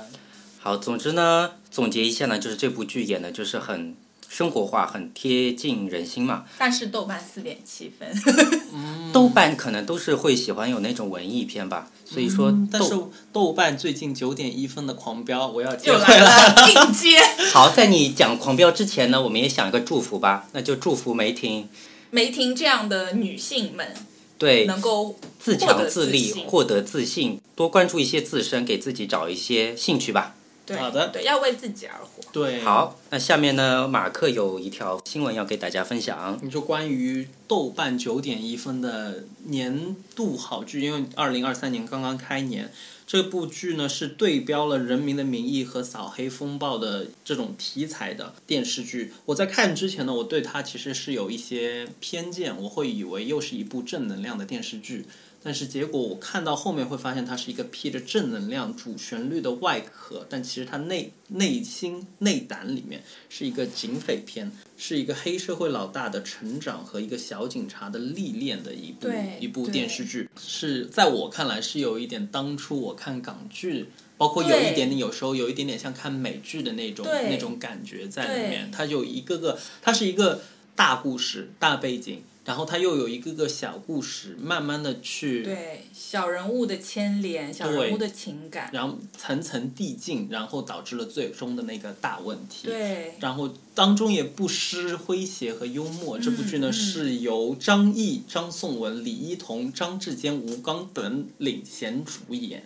[SPEAKER 1] 好，总之呢，总结一下呢，就是这部剧演的就是很生活化，很贴近人心嘛。
[SPEAKER 3] 但是豆瓣四点七分，
[SPEAKER 2] 嗯
[SPEAKER 1] 豆瓣可能都是会喜欢有那种文艺片吧，所以说
[SPEAKER 2] 嗯但是
[SPEAKER 1] 豆、
[SPEAKER 2] 豆瓣最近九点一分的狂飙，我要接
[SPEAKER 3] 又
[SPEAKER 2] 回
[SPEAKER 3] 来
[SPEAKER 2] 来。
[SPEAKER 3] 了进阶。
[SPEAKER 1] 好，在你讲《狂飙》之前呢，我们也想一个祝福吧，那就祝福梅婷
[SPEAKER 3] 梅婷这样的女性们
[SPEAKER 1] 对
[SPEAKER 3] 能够
[SPEAKER 1] 自强自立，获
[SPEAKER 3] 获得自信
[SPEAKER 1] 得自信，多关注一些自身，给自己找一些兴趣吧。
[SPEAKER 3] 对
[SPEAKER 2] 好的
[SPEAKER 3] 对，要为自己而活。
[SPEAKER 2] 对，，
[SPEAKER 1] 好，
[SPEAKER 3] 嗯
[SPEAKER 1] 那下面呢，马克有一条新闻要给大家分享。
[SPEAKER 2] 你说关于豆瓣九点一分的年度好剧，因为二零二三年刚刚开年，这部剧呢是对标了《人民的名义》和《扫黑风暴》的这种题材的电视剧。我在看之前呢，我对它其实是有一些偏见，我会以为又是一部正能量的电视剧。但是结果我看到后面会发现，它是一个披着正能量主旋律的外壳，但其实它内内心内胆里面是一个警匪片，是一个黑社会老大的成长和一个小警察的历练的一部
[SPEAKER 3] 对
[SPEAKER 2] 一部
[SPEAKER 3] 对
[SPEAKER 2] 电视剧，是在我看来是有一点当初我看港剧。包括有一
[SPEAKER 3] 对
[SPEAKER 2] 点点，有时候有一点点像看美剧的那种
[SPEAKER 3] 对
[SPEAKER 2] 那种感觉在里面。
[SPEAKER 3] 对
[SPEAKER 2] 它有一个个，它是一个大故事、大背景，然后它又有一个个小故事，慢慢的去
[SPEAKER 3] 对小人物的牵连，小人物的情感，
[SPEAKER 2] 然后层层递进，然后导致了最终的那个大问题。
[SPEAKER 3] 对
[SPEAKER 2] 然后当中也不失诙谐和幽默。这部剧呢、
[SPEAKER 3] 嗯
[SPEAKER 2] 是由张译、张颂文、李一桐、张志坚、吴刚等领衔主演。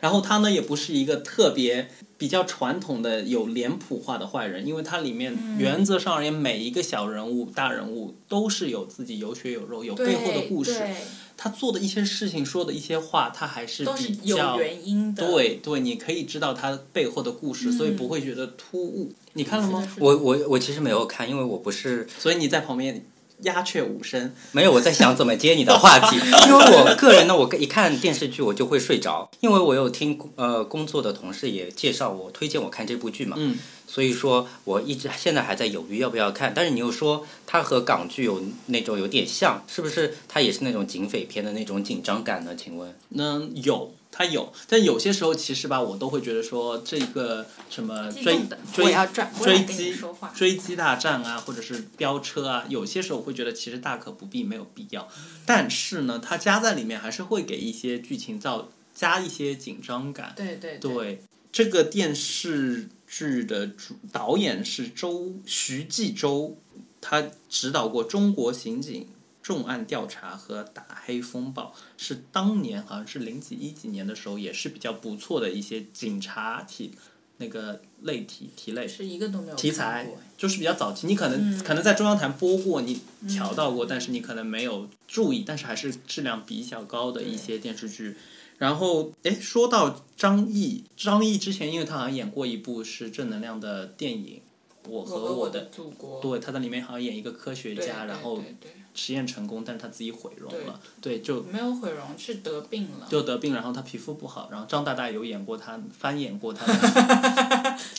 [SPEAKER 2] 然后他呢也不是一个特别比较传统的有脸谱化的坏人，因为它里面原则上而言每一个小人物、大人物都是有自己有血有肉、有
[SPEAKER 3] 对
[SPEAKER 2] 背后的故事。
[SPEAKER 3] 对
[SPEAKER 2] 他做的一些事情、说的一些话，他还是
[SPEAKER 3] 都是
[SPEAKER 2] 比较
[SPEAKER 3] 有原因的。
[SPEAKER 2] 对对，你可以知道它背后的故事，所以不会觉得突兀。你看了
[SPEAKER 3] 嗯是的，
[SPEAKER 2] 吗？
[SPEAKER 3] 是的
[SPEAKER 1] 我我我其实没有看，因为我不是
[SPEAKER 2] 所以你在旁边鸦雀无声。
[SPEAKER 1] 没有，我在想怎么接你的话题，因为我个人呢，我一看电视剧我就会睡着，因为我有听呃工作的同事也介绍我推荐我看这部剧嘛，
[SPEAKER 2] 嗯，
[SPEAKER 1] 所以说我一直现在还在犹豫要不要看，但是你又说它和港剧有那种有点像，是不是它也是那种警匪片的那种紧张感呢？请问，
[SPEAKER 2] 那有。它有，但有些时候其实吧，我都会觉得说这个什么
[SPEAKER 3] 激
[SPEAKER 2] 追
[SPEAKER 3] 动的我
[SPEAKER 2] 追
[SPEAKER 3] 要转过来
[SPEAKER 2] 追
[SPEAKER 3] 跟你
[SPEAKER 2] 击
[SPEAKER 3] 说话
[SPEAKER 2] 追击大战啊，或者是飙车啊，有些时候我会觉得其实大可不必，没有必要。但是呢，它加在里面还是会给一些剧情造加一些紧张感。
[SPEAKER 3] 对对对
[SPEAKER 2] 对，这个电视剧的主导演是周徐纪周，他指导过《中国刑警》。重案调查和打黑风暴是当年好像是零几一几年的时候，也是比较不错的一些警察题那个类题题类
[SPEAKER 3] 是一个都没有
[SPEAKER 2] 题
[SPEAKER 3] 看
[SPEAKER 2] 材
[SPEAKER 3] 过，
[SPEAKER 2] 就是比较早期。你可能、可能在中央台播过，你调到过，但是你可能没有注意，但是还是质量比较高的一些电视剧。然后，哎，说到张译，张译之前因为他好像演过一部是正能量的电影，《我
[SPEAKER 3] 我
[SPEAKER 2] 和
[SPEAKER 3] 和
[SPEAKER 2] 我
[SPEAKER 3] 我
[SPEAKER 2] 的》
[SPEAKER 3] 的祖国，
[SPEAKER 2] 对，他在里面好像演一个科学
[SPEAKER 3] 对
[SPEAKER 2] 家，然后
[SPEAKER 3] 对对
[SPEAKER 2] 实验成功，但是他自己毁容了，对，就
[SPEAKER 3] 对没有毁容，是得病了。
[SPEAKER 2] 就得病，然后他皮肤不好，然后张大大有演过他翻演过他的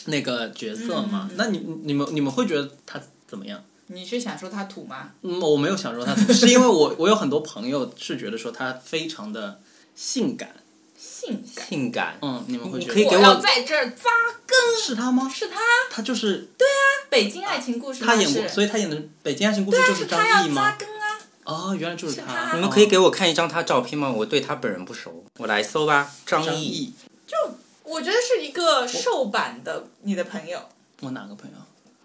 [SPEAKER 2] 那个角色嘛？那你你们你们会觉得他怎么样？
[SPEAKER 3] 你是想说他土吗？
[SPEAKER 2] 嗯，我没有想说他，是因为我我有很多朋友是觉得说他非常的性感，
[SPEAKER 3] 性感。
[SPEAKER 1] 性感，
[SPEAKER 2] 嗯，你们会觉得
[SPEAKER 1] 可以给我
[SPEAKER 3] 我要在这儿扎根，
[SPEAKER 2] 是他吗？
[SPEAKER 3] 是他，
[SPEAKER 2] 他就是
[SPEAKER 3] 北京爱情故事
[SPEAKER 2] 他
[SPEAKER 3] 吗
[SPEAKER 2] 演过，
[SPEAKER 3] 是
[SPEAKER 2] 所以他演的《北京爱情故事》
[SPEAKER 3] 但
[SPEAKER 2] 就是张
[SPEAKER 3] 他要
[SPEAKER 2] 译
[SPEAKER 3] 扎
[SPEAKER 2] 吗？
[SPEAKER 3] 根啊，
[SPEAKER 2] 哦，原来就是
[SPEAKER 3] 是
[SPEAKER 2] 他。
[SPEAKER 3] 他
[SPEAKER 1] 你们可以给我看一张他照片吗？我对他本人不熟，我来搜吧。张
[SPEAKER 2] 张
[SPEAKER 1] 译，
[SPEAKER 2] 译，
[SPEAKER 3] 我觉得是一个瘦版的你的朋友，
[SPEAKER 2] 我哪个朋友？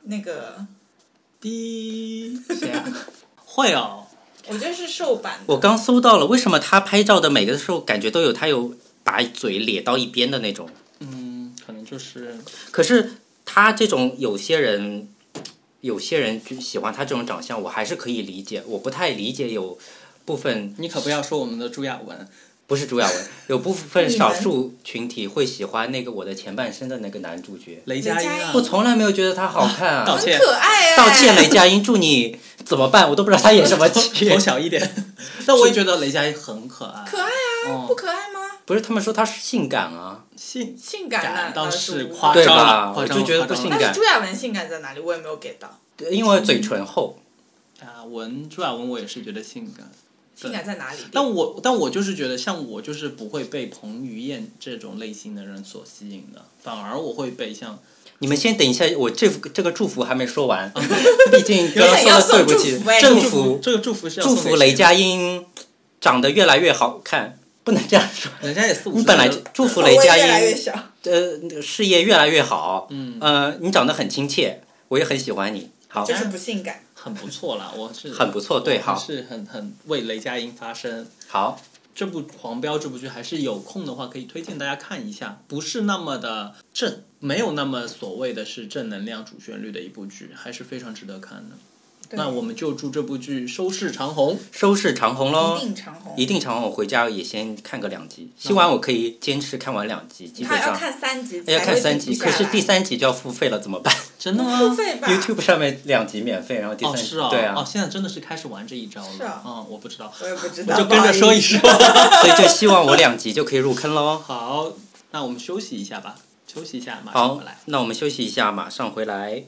[SPEAKER 3] 那个
[SPEAKER 2] 滴谁啊？ 会哦，
[SPEAKER 3] 我觉得是瘦版的，
[SPEAKER 1] 我刚搜到了，为什么他拍照的每个时候感觉都有他有把嘴咧到一边的那种？
[SPEAKER 2] 嗯，可能就是
[SPEAKER 1] 可是他这种有些人，有些人就喜欢他这种长相，我还是可以理解。我不太理解有部分
[SPEAKER 2] 你可不要说我们的朱亚文。
[SPEAKER 1] 不是朱 亚文，有部分
[SPEAKER 3] 你们
[SPEAKER 1] 少数群体会喜欢那个我的前半生的那个男主角。
[SPEAKER 2] 雷
[SPEAKER 3] 佳
[SPEAKER 2] 佳
[SPEAKER 3] 音
[SPEAKER 2] 音
[SPEAKER 3] 啊
[SPEAKER 2] 啊，
[SPEAKER 1] 我从来没有觉得他好 看
[SPEAKER 2] 道
[SPEAKER 1] 啊！
[SPEAKER 3] 很
[SPEAKER 2] 歉
[SPEAKER 3] 可爱 哎。
[SPEAKER 1] 道歉，雷佳音，祝你怎么办？我都不知道他演什 么剧
[SPEAKER 2] 头。小一点，但我也觉得雷佳音很可爱。
[SPEAKER 3] 可爱啊，
[SPEAKER 2] 哦
[SPEAKER 3] 不可爱吗？
[SPEAKER 1] 不是他们说他是性感啊？
[SPEAKER 2] 性
[SPEAKER 3] 性感啊
[SPEAKER 2] 感倒
[SPEAKER 3] 那
[SPEAKER 2] 是
[SPEAKER 3] 无
[SPEAKER 2] 夸
[SPEAKER 3] 法
[SPEAKER 1] 对
[SPEAKER 2] 张
[SPEAKER 1] 吧
[SPEAKER 2] 了，夸张
[SPEAKER 1] 我
[SPEAKER 2] 了
[SPEAKER 1] 就觉得不
[SPEAKER 2] 夸张
[SPEAKER 1] 性
[SPEAKER 2] 了
[SPEAKER 3] 但
[SPEAKER 1] 感
[SPEAKER 3] 是朱亚文性感在哪里？我也没有 get 到，
[SPEAKER 1] 对因为嘴唇厚。
[SPEAKER 2] 啊，文朱亚文我也是觉得性感，
[SPEAKER 3] 性感在哪里？
[SPEAKER 2] 但我但我就是觉得像我就是不会被彭于晏这种类型的人所吸引的，反而我会被像
[SPEAKER 1] 你们先等一下，我这这个祝福还没说
[SPEAKER 2] 啊
[SPEAKER 3] 嗯
[SPEAKER 1] 完，毕竟刚刚
[SPEAKER 3] 有点要
[SPEAKER 1] 说了对
[SPEAKER 3] 送
[SPEAKER 1] 不
[SPEAKER 3] 祝
[SPEAKER 1] 起
[SPEAKER 3] 福哎，
[SPEAKER 1] 祝
[SPEAKER 3] 祝
[SPEAKER 1] 福
[SPEAKER 2] 这个祝福是要
[SPEAKER 1] 祝
[SPEAKER 2] 送给
[SPEAKER 1] 福雷佳音长得越来越好看，不能这样说。
[SPEAKER 2] 谁的，人家也啊四五
[SPEAKER 1] 你
[SPEAKER 2] 十
[SPEAKER 1] 本来
[SPEAKER 2] 岁
[SPEAKER 1] 就
[SPEAKER 2] 了
[SPEAKER 1] 祝福
[SPEAKER 3] 口
[SPEAKER 1] 雷
[SPEAKER 3] 味
[SPEAKER 1] 佳
[SPEAKER 3] 越来越
[SPEAKER 1] 音，
[SPEAKER 3] 小，
[SPEAKER 1] 呃，事业越来越好，
[SPEAKER 2] 嗯
[SPEAKER 1] 呃，你长得很亲切，我也很喜欢你，好
[SPEAKER 3] 就，是不性感。
[SPEAKER 2] 很不错啦，我是
[SPEAKER 1] 很不错，对，
[SPEAKER 2] 还
[SPEAKER 1] 好，
[SPEAKER 2] 是很很为雷佳音发声。
[SPEAKER 1] 好，
[SPEAKER 2] 这部《黄标》这部剧还是有空的话可以推荐大家看一下，不是那么的正，没有那么所谓的是正能量主旋律的一部剧，还是非常值得看的。
[SPEAKER 3] 对
[SPEAKER 2] 那我们就祝这部剧收视长虹。
[SPEAKER 1] 收视长虹
[SPEAKER 3] 一
[SPEAKER 1] 喽，
[SPEAKER 3] 定长虹，
[SPEAKER 1] 一定长虹，我回家也先看个两集，希望我可以坚持看完两集，基
[SPEAKER 3] 他
[SPEAKER 1] 本
[SPEAKER 3] 要
[SPEAKER 1] 上哎
[SPEAKER 3] 看三集，
[SPEAKER 1] 要看三集，
[SPEAKER 3] 集，
[SPEAKER 1] 可是第三集就要付费了，怎么办？
[SPEAKER 2] 真的吗
[SPEAKER 3] 付费吧
[SPEAKER 1] YouTube 上面两集免费，然后第
[SPEAKER 2] 哦，
[SPEAKER 1] 三
[SPEAKER 2] 是
[SPEAKER 1] 集、
[SPEAKER 2] 哦，
[SPEAKER 1] 对啊
[SPEAKER 2] 哦，，现在真的是开始玩这一招了。
[SPEAKER 3] 是啊
[SPEAKER 2] 嗯，我不知道，
[SPEAKER 3] 我也不知
[SPEAKER 2] 我
[SPEAKER 3] 道，
[SPEAKER 2] 就跟着说一 说。
[SPEAKER 1] 所以就希望我两集就可以入坑喽。
[SPEAKER 2] 好，那我们休息一下吧，休息一下，马上
[SPEAKER 1] 好
[SPEAKER 2] 回来。，
[SPEAKER 1] 那我们休息一下，马上回来。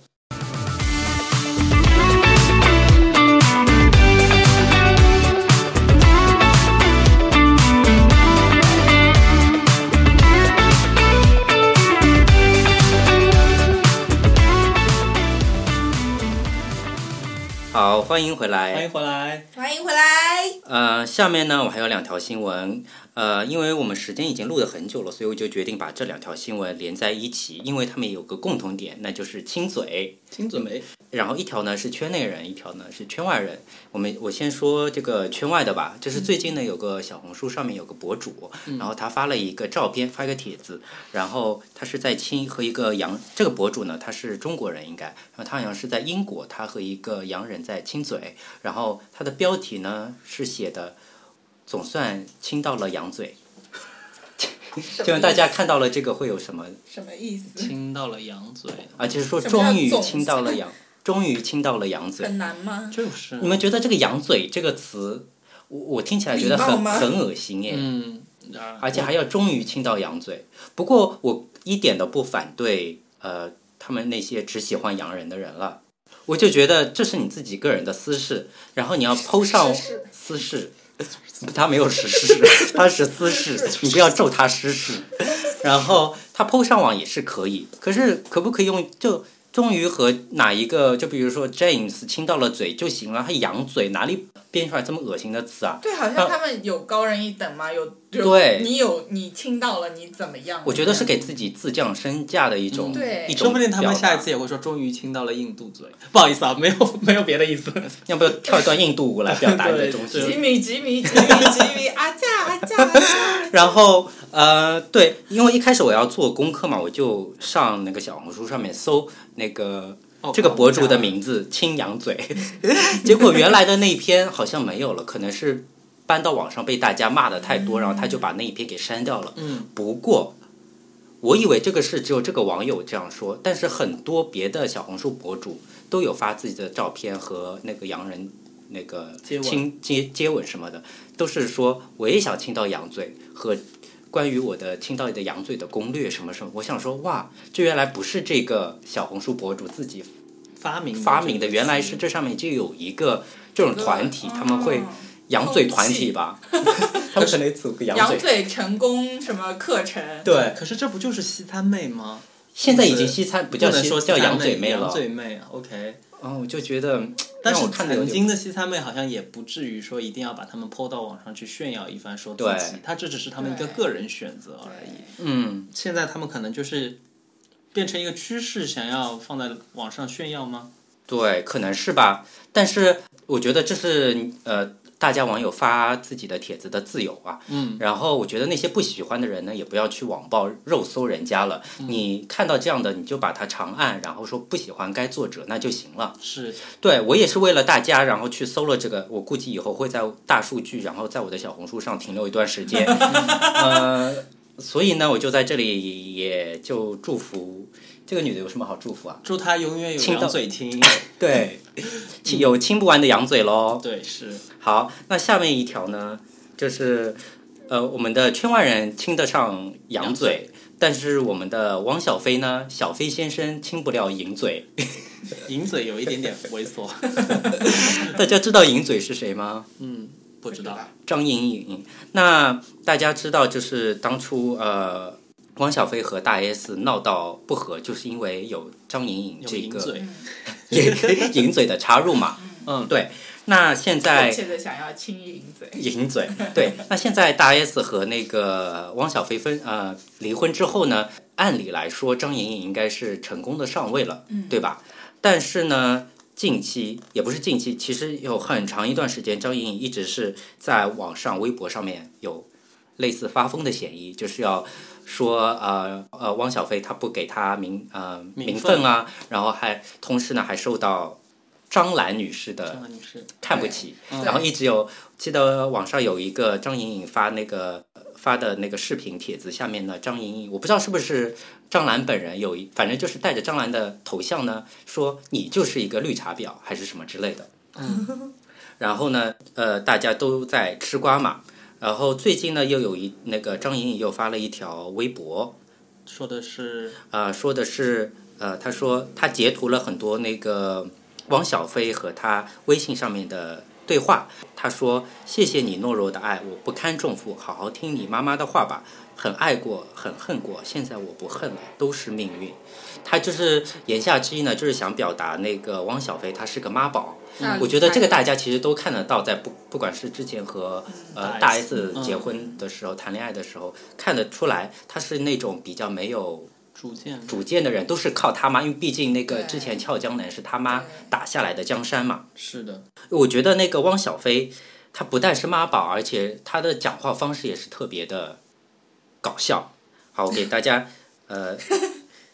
[SPEAKER 1] 好，欢迎回来。
[SPEAKER 2] 欢迎回来，
[SPEAKER 3] 欢迎回来。
[SPEAKER 1] 呃，下面呢，我还有两条新闻。呃，因为我们时间已经录了很久了，所以我就决定把这两条新闻连在一起，因为它们有个共同点，那就是亲嘴。
[SPEAKER 2] 金准梅。
[SPEAKER 1] 然后一条呢是圈内人，一条呢是圈外人。我们我先说这个圈外的吧，就是最近呢有个小红书上面有个博主，
[SPEAKER 3] 嗯
[SPEAKER 1] 然后他发了一个照片，发一个帖子，然后他是在亲和一个洋，这个博主呢他是中国人应该，然后他好像是在英国，他和一个洋人在亲嘴，然后他的标题呢是写的总算亲到了洋嘴，希望大家看到了这个会有什么
[SPEAKER 3] 什么意思？
[SPEAKER 2] 亲到了羊嘴，
[SPEAKER 1] 啊？就是说
[SPEAKER 3] 什么叫
[SPEAKER 1] 终于
[SPEAKER 3] 总
[SPEAKER 1] 亲到了
[SPEAKER 3] 算
[SPEAKER 1] 洋，终于亲到了洋嘴。
[SPEAKER 3] 很难吗？
[SPEAKER 2] 就是啊
[SPEAKER 1] 你们觉得这个“羊嘴”这个词，我我听起来觉得
[SPEAKER 3] 礼貌
[SPEAKER 1] 很
[SPEAKER 3] 吗
[SPEAKER 1] 很恶心耶，
[SPEAKER 2] 嗯，啊
[SPEAKER 1] 而且还要终于亲到羊嘴。不过我一点都不反对，呃，他们那些只喜欢洋人的人了。我就觉得这是你自己个人的私事，然后你要剖上
[SPEAKER 3] 私事
[SPEAKER 1] 私事，他没有实事， 他是私事，你不要咒他失事。然后他剖上网也是可以，可是可不可以用就终于和哪一个，就比如说 James 亲到了嘴就行了，他扬嘴哪里编出来这么恶心的词啊？
[SPEAKER 3] 对，好像他们有高人一等嘛，有有
[SPEAKER 1] 对
[SPEAKER 3] 你有你亲到了，你怎么样？
[SPEAKER 1] 我觉得是给自己自降身价的一
[SPEAKER 2] 嗯
[SPEAKER 1] 种，
[SPEAKER 3] 对
[SPEAKER 1] 一种
[SPEAKER 2] 说不定他们
[SPEAKER 1] 表达
[SPEAKER 2] 下一次也会说，终于亲到了印度嘴。不好意思啊，没有 没有别的意思。
[SPEAKER 1] 要不要跳一段印度舞来表达你的
[SPEAKER 2] 对
[SPEAKER 1] 东西？
[SPEAKER 2] 对
[SPEAKER 3] 吉米吉米吉米吉米啊架啊 架啊架，
[SPEAKER 1] 然后呃，对，因为一开始我要做功课嘛，我就上那个小红书上面搜那个
[SPEAKER 2] 哦
[SPEAKER 1] 这个博主的名字“青羊嘴”， 结果原来的那一篇好像没有了，可能是搬到网上被大家骂的太多，然后他就把那一篇给删掉了。
[SPEAKER 2] 嗯，
[SPEAKER 1] 不过。我以为这个是只有这个网友这样说，但是很多别的小红书博主都有发自己的照片和那个洋人那个
[SPEAKER 2] 接吻
[SPEAKER 1] 亲接接吻什么的，都是说我也想亲到羊嘴和关于我的亲到你的羊嘴的攻略什么什么。我想说，哇，这原来不是这个小红书博主自己
[SPEAKER 2] 发明
[SPEAKER 1] 发明的，原来是
[SPEAKER 2] 嗯这
[SPEAKER 1] 这上面就有一个这种团体，他们会
[SPEAKER 2] 啊
[SPEAKER 3] 哦
[SPEAKER 1] 羊嘴团体吧？他们可能组个羊
[SPEAKER 3] 羊
[SPEAKER 1] 嘴。
[SPEAKER 3] 嘴成功什么课程？
[SPEAKER 2] 个词。
[SPEAKER 1] 对，
[SPEAKER 2] 可是这不就是西餐妹吗？
[SPEAKER 1] 现在已经西餐不叫
[SPEAKER 2] 不能
[SPEAKER 1] 西
[SPEAKER 2] 说西
[SPEAKER 1] 叫
[SPEAKER 2] 餐
[SPEAKER 1] 羊
[SPEAKER 2] 妹
[SPEAKER 1] 嘴妹了
[SPEAKER 2] 羊。嘴妹，OK。
[SPEAKER 1] 嗯，我就觉得，
[SPEAKER 2] 但
[SPEAKER 1] 让
[SPEAKER 2] 是
[SPEAKER 1] 我看的有
[SPEAKER 2] 曾
[SPEAKER 1] 点
[SPEAKER 2] 经的西餐妹好像也不至于说一定要把他们抛到网上去炫耀一番，说自
[SPEAKER 1] 对
[SPEAKER 2] 己，她这只是他们一个
[SPEAKER 3] 对
[SPEAKER 2] 个人选择而已。
[SPEAKER 3] 对
[SPEAKER 1] 嗯，
[SPEAKER 2] 现在他们可能就是变成一个趋势，想要放在网上炫耀吗？
[SPEAKER 1] 对，可能是吧。但是我觉得这是呃，大家网友发自己的帖子的自由啊。
[SPEAKER 2] 嗯。
[SPEAKER 1] 然后我觉得那些不喜欢的人呢，也不要去网暴肉搜人家了。
[SPEAKER 2] 嗯
[SPEAKER 1] 你看到这样的，你就把它长按，然后说不喜欢该作者，那就行了。
[SPEAKER 2] 是，
[SPEAKER 1] 对我也是为了大家，然后去搜了这个。我估计以后会在大数据，然后在我的小红书上停留一段时 间。呃，所以呢，我就在这里也就祝福这个女的有什么好祝福啊？
[SPEAKER 2] 祝他永远有
[SPEAKER 1] 亲到
[SPEAKER 2] 两 嘴听。
[SPEAKER 1] 对，有亲不完的羊嘴喽。
[SPEAKER 2] 对，是
[SPEAKER 1] 好，那下面一条呢，就是呃，我们的圈外人亲得上羊嘴，但是我们的汪小菲呢，小飞先生亲不了银嘴。
[SPEAKER 2] 银嘴有一点点猥琐，
[SPEAKER 1] 大家知道银嘴是谁吗？
[SPEAKER 2] 嗯，不知道，
[SPEAKER 1] 张莹莹。那大家知道，就是当初呃，汪小菲和大 S 闹到不和，就是因为有张莹莹
[SPEAKER 2] 有
[SPEAKER 1] 这
[SPEAKER 2] 银
[SPEAKER 3] 嗯
[SPEAKER 1] 个
[SPEAKER 2] 嘴，
[SPEAKER 1] 也银嘴的插入嘛。
[SPEAKER 2] 嗯，
[SPEAKER 1] 对，那现在
[SPEAKER 3] 迫切的想要亲银嘴，
[SPEAKER 1] 银嘴 对。那现在大 S 和那个汪小菲分呃离婚之后呢，按理来说张莹莹应该是成功的上位了，
[SPEAKER 3] 嗯
[SPEAKER 1] 对吧？但是呢。近期也不是近期，其实有很长一段时间，张莹莹一直是在网上、微博上面有类似发疯的嫌疑，就是要说呃呃汪小菲他不给他名呃
[SPEAKER 2] 名
[SPEAKER 1] 名
[SPEAKER 2] 分
[SPEAKER 1] 分啊，然后还同时呢还受到张兰女士的
[SPEAKER 2] 张兰女士，
[SPEAKER 1] 看不起，
[SPEAKER 2] 嗯
[SPEAKER 1] 然后一直有记得网上有一个张莹莹发那个呃发的那个视频帖子，下面呢张莹莹我不知道是不是张兰本人有一，反正就是带着张兰的头像呢，说你就是一个绿茶婊还是什么之类的。
[SPEAKER 2] 嗯，
[SPEAKER 1] 然后呢，呃，大家都在吃瓜嘛。然后最近呢，又有一那个张莹莹又发了一条微博，
[SPEAKER 2] 说的是
[SPEAKER 1] 呃，说的是，呃，他说他截图了很多那个汪小菲和他微信上面的对话。他说：“谢谢你懦弱的爱，我不堪重负，好好听你妈妈的话吧。很爱过，很恨过，现在我不恨了，都是命运。”他就是言下之意呢，就是想表达那个汪小菲他是个妈宝。
[SPEAKER 3] 那
[SPEAKER 1] 嗯我觉得这个大家其实都看得到，在不不管是之前和呃
[SPEAKER 2] 大
[SPEAKER 1] 大
[SPEAKER 2] S
[SPEAKER 1] S 结婚的时候、谈恋爱的时候，看得出来他是那种比较没有
[SPEAKER 2] 逐渐
[SPEAKER 1] 主见的人都是靠他妈，因为毕竟那个
[SPEAKER 3] 对
[SPEAKER 1] 之前俏江南是他妈
[SPEAKER 3] 对
[SPEAKER 1] 打下来的江山嘛。
[SPEAKER 2] 是的，
[SPEAKER 1] 我觉得那个汪小菲，他不但是妈宝，而且他的讲话方式也是特别的搞笑。好，我给大家呃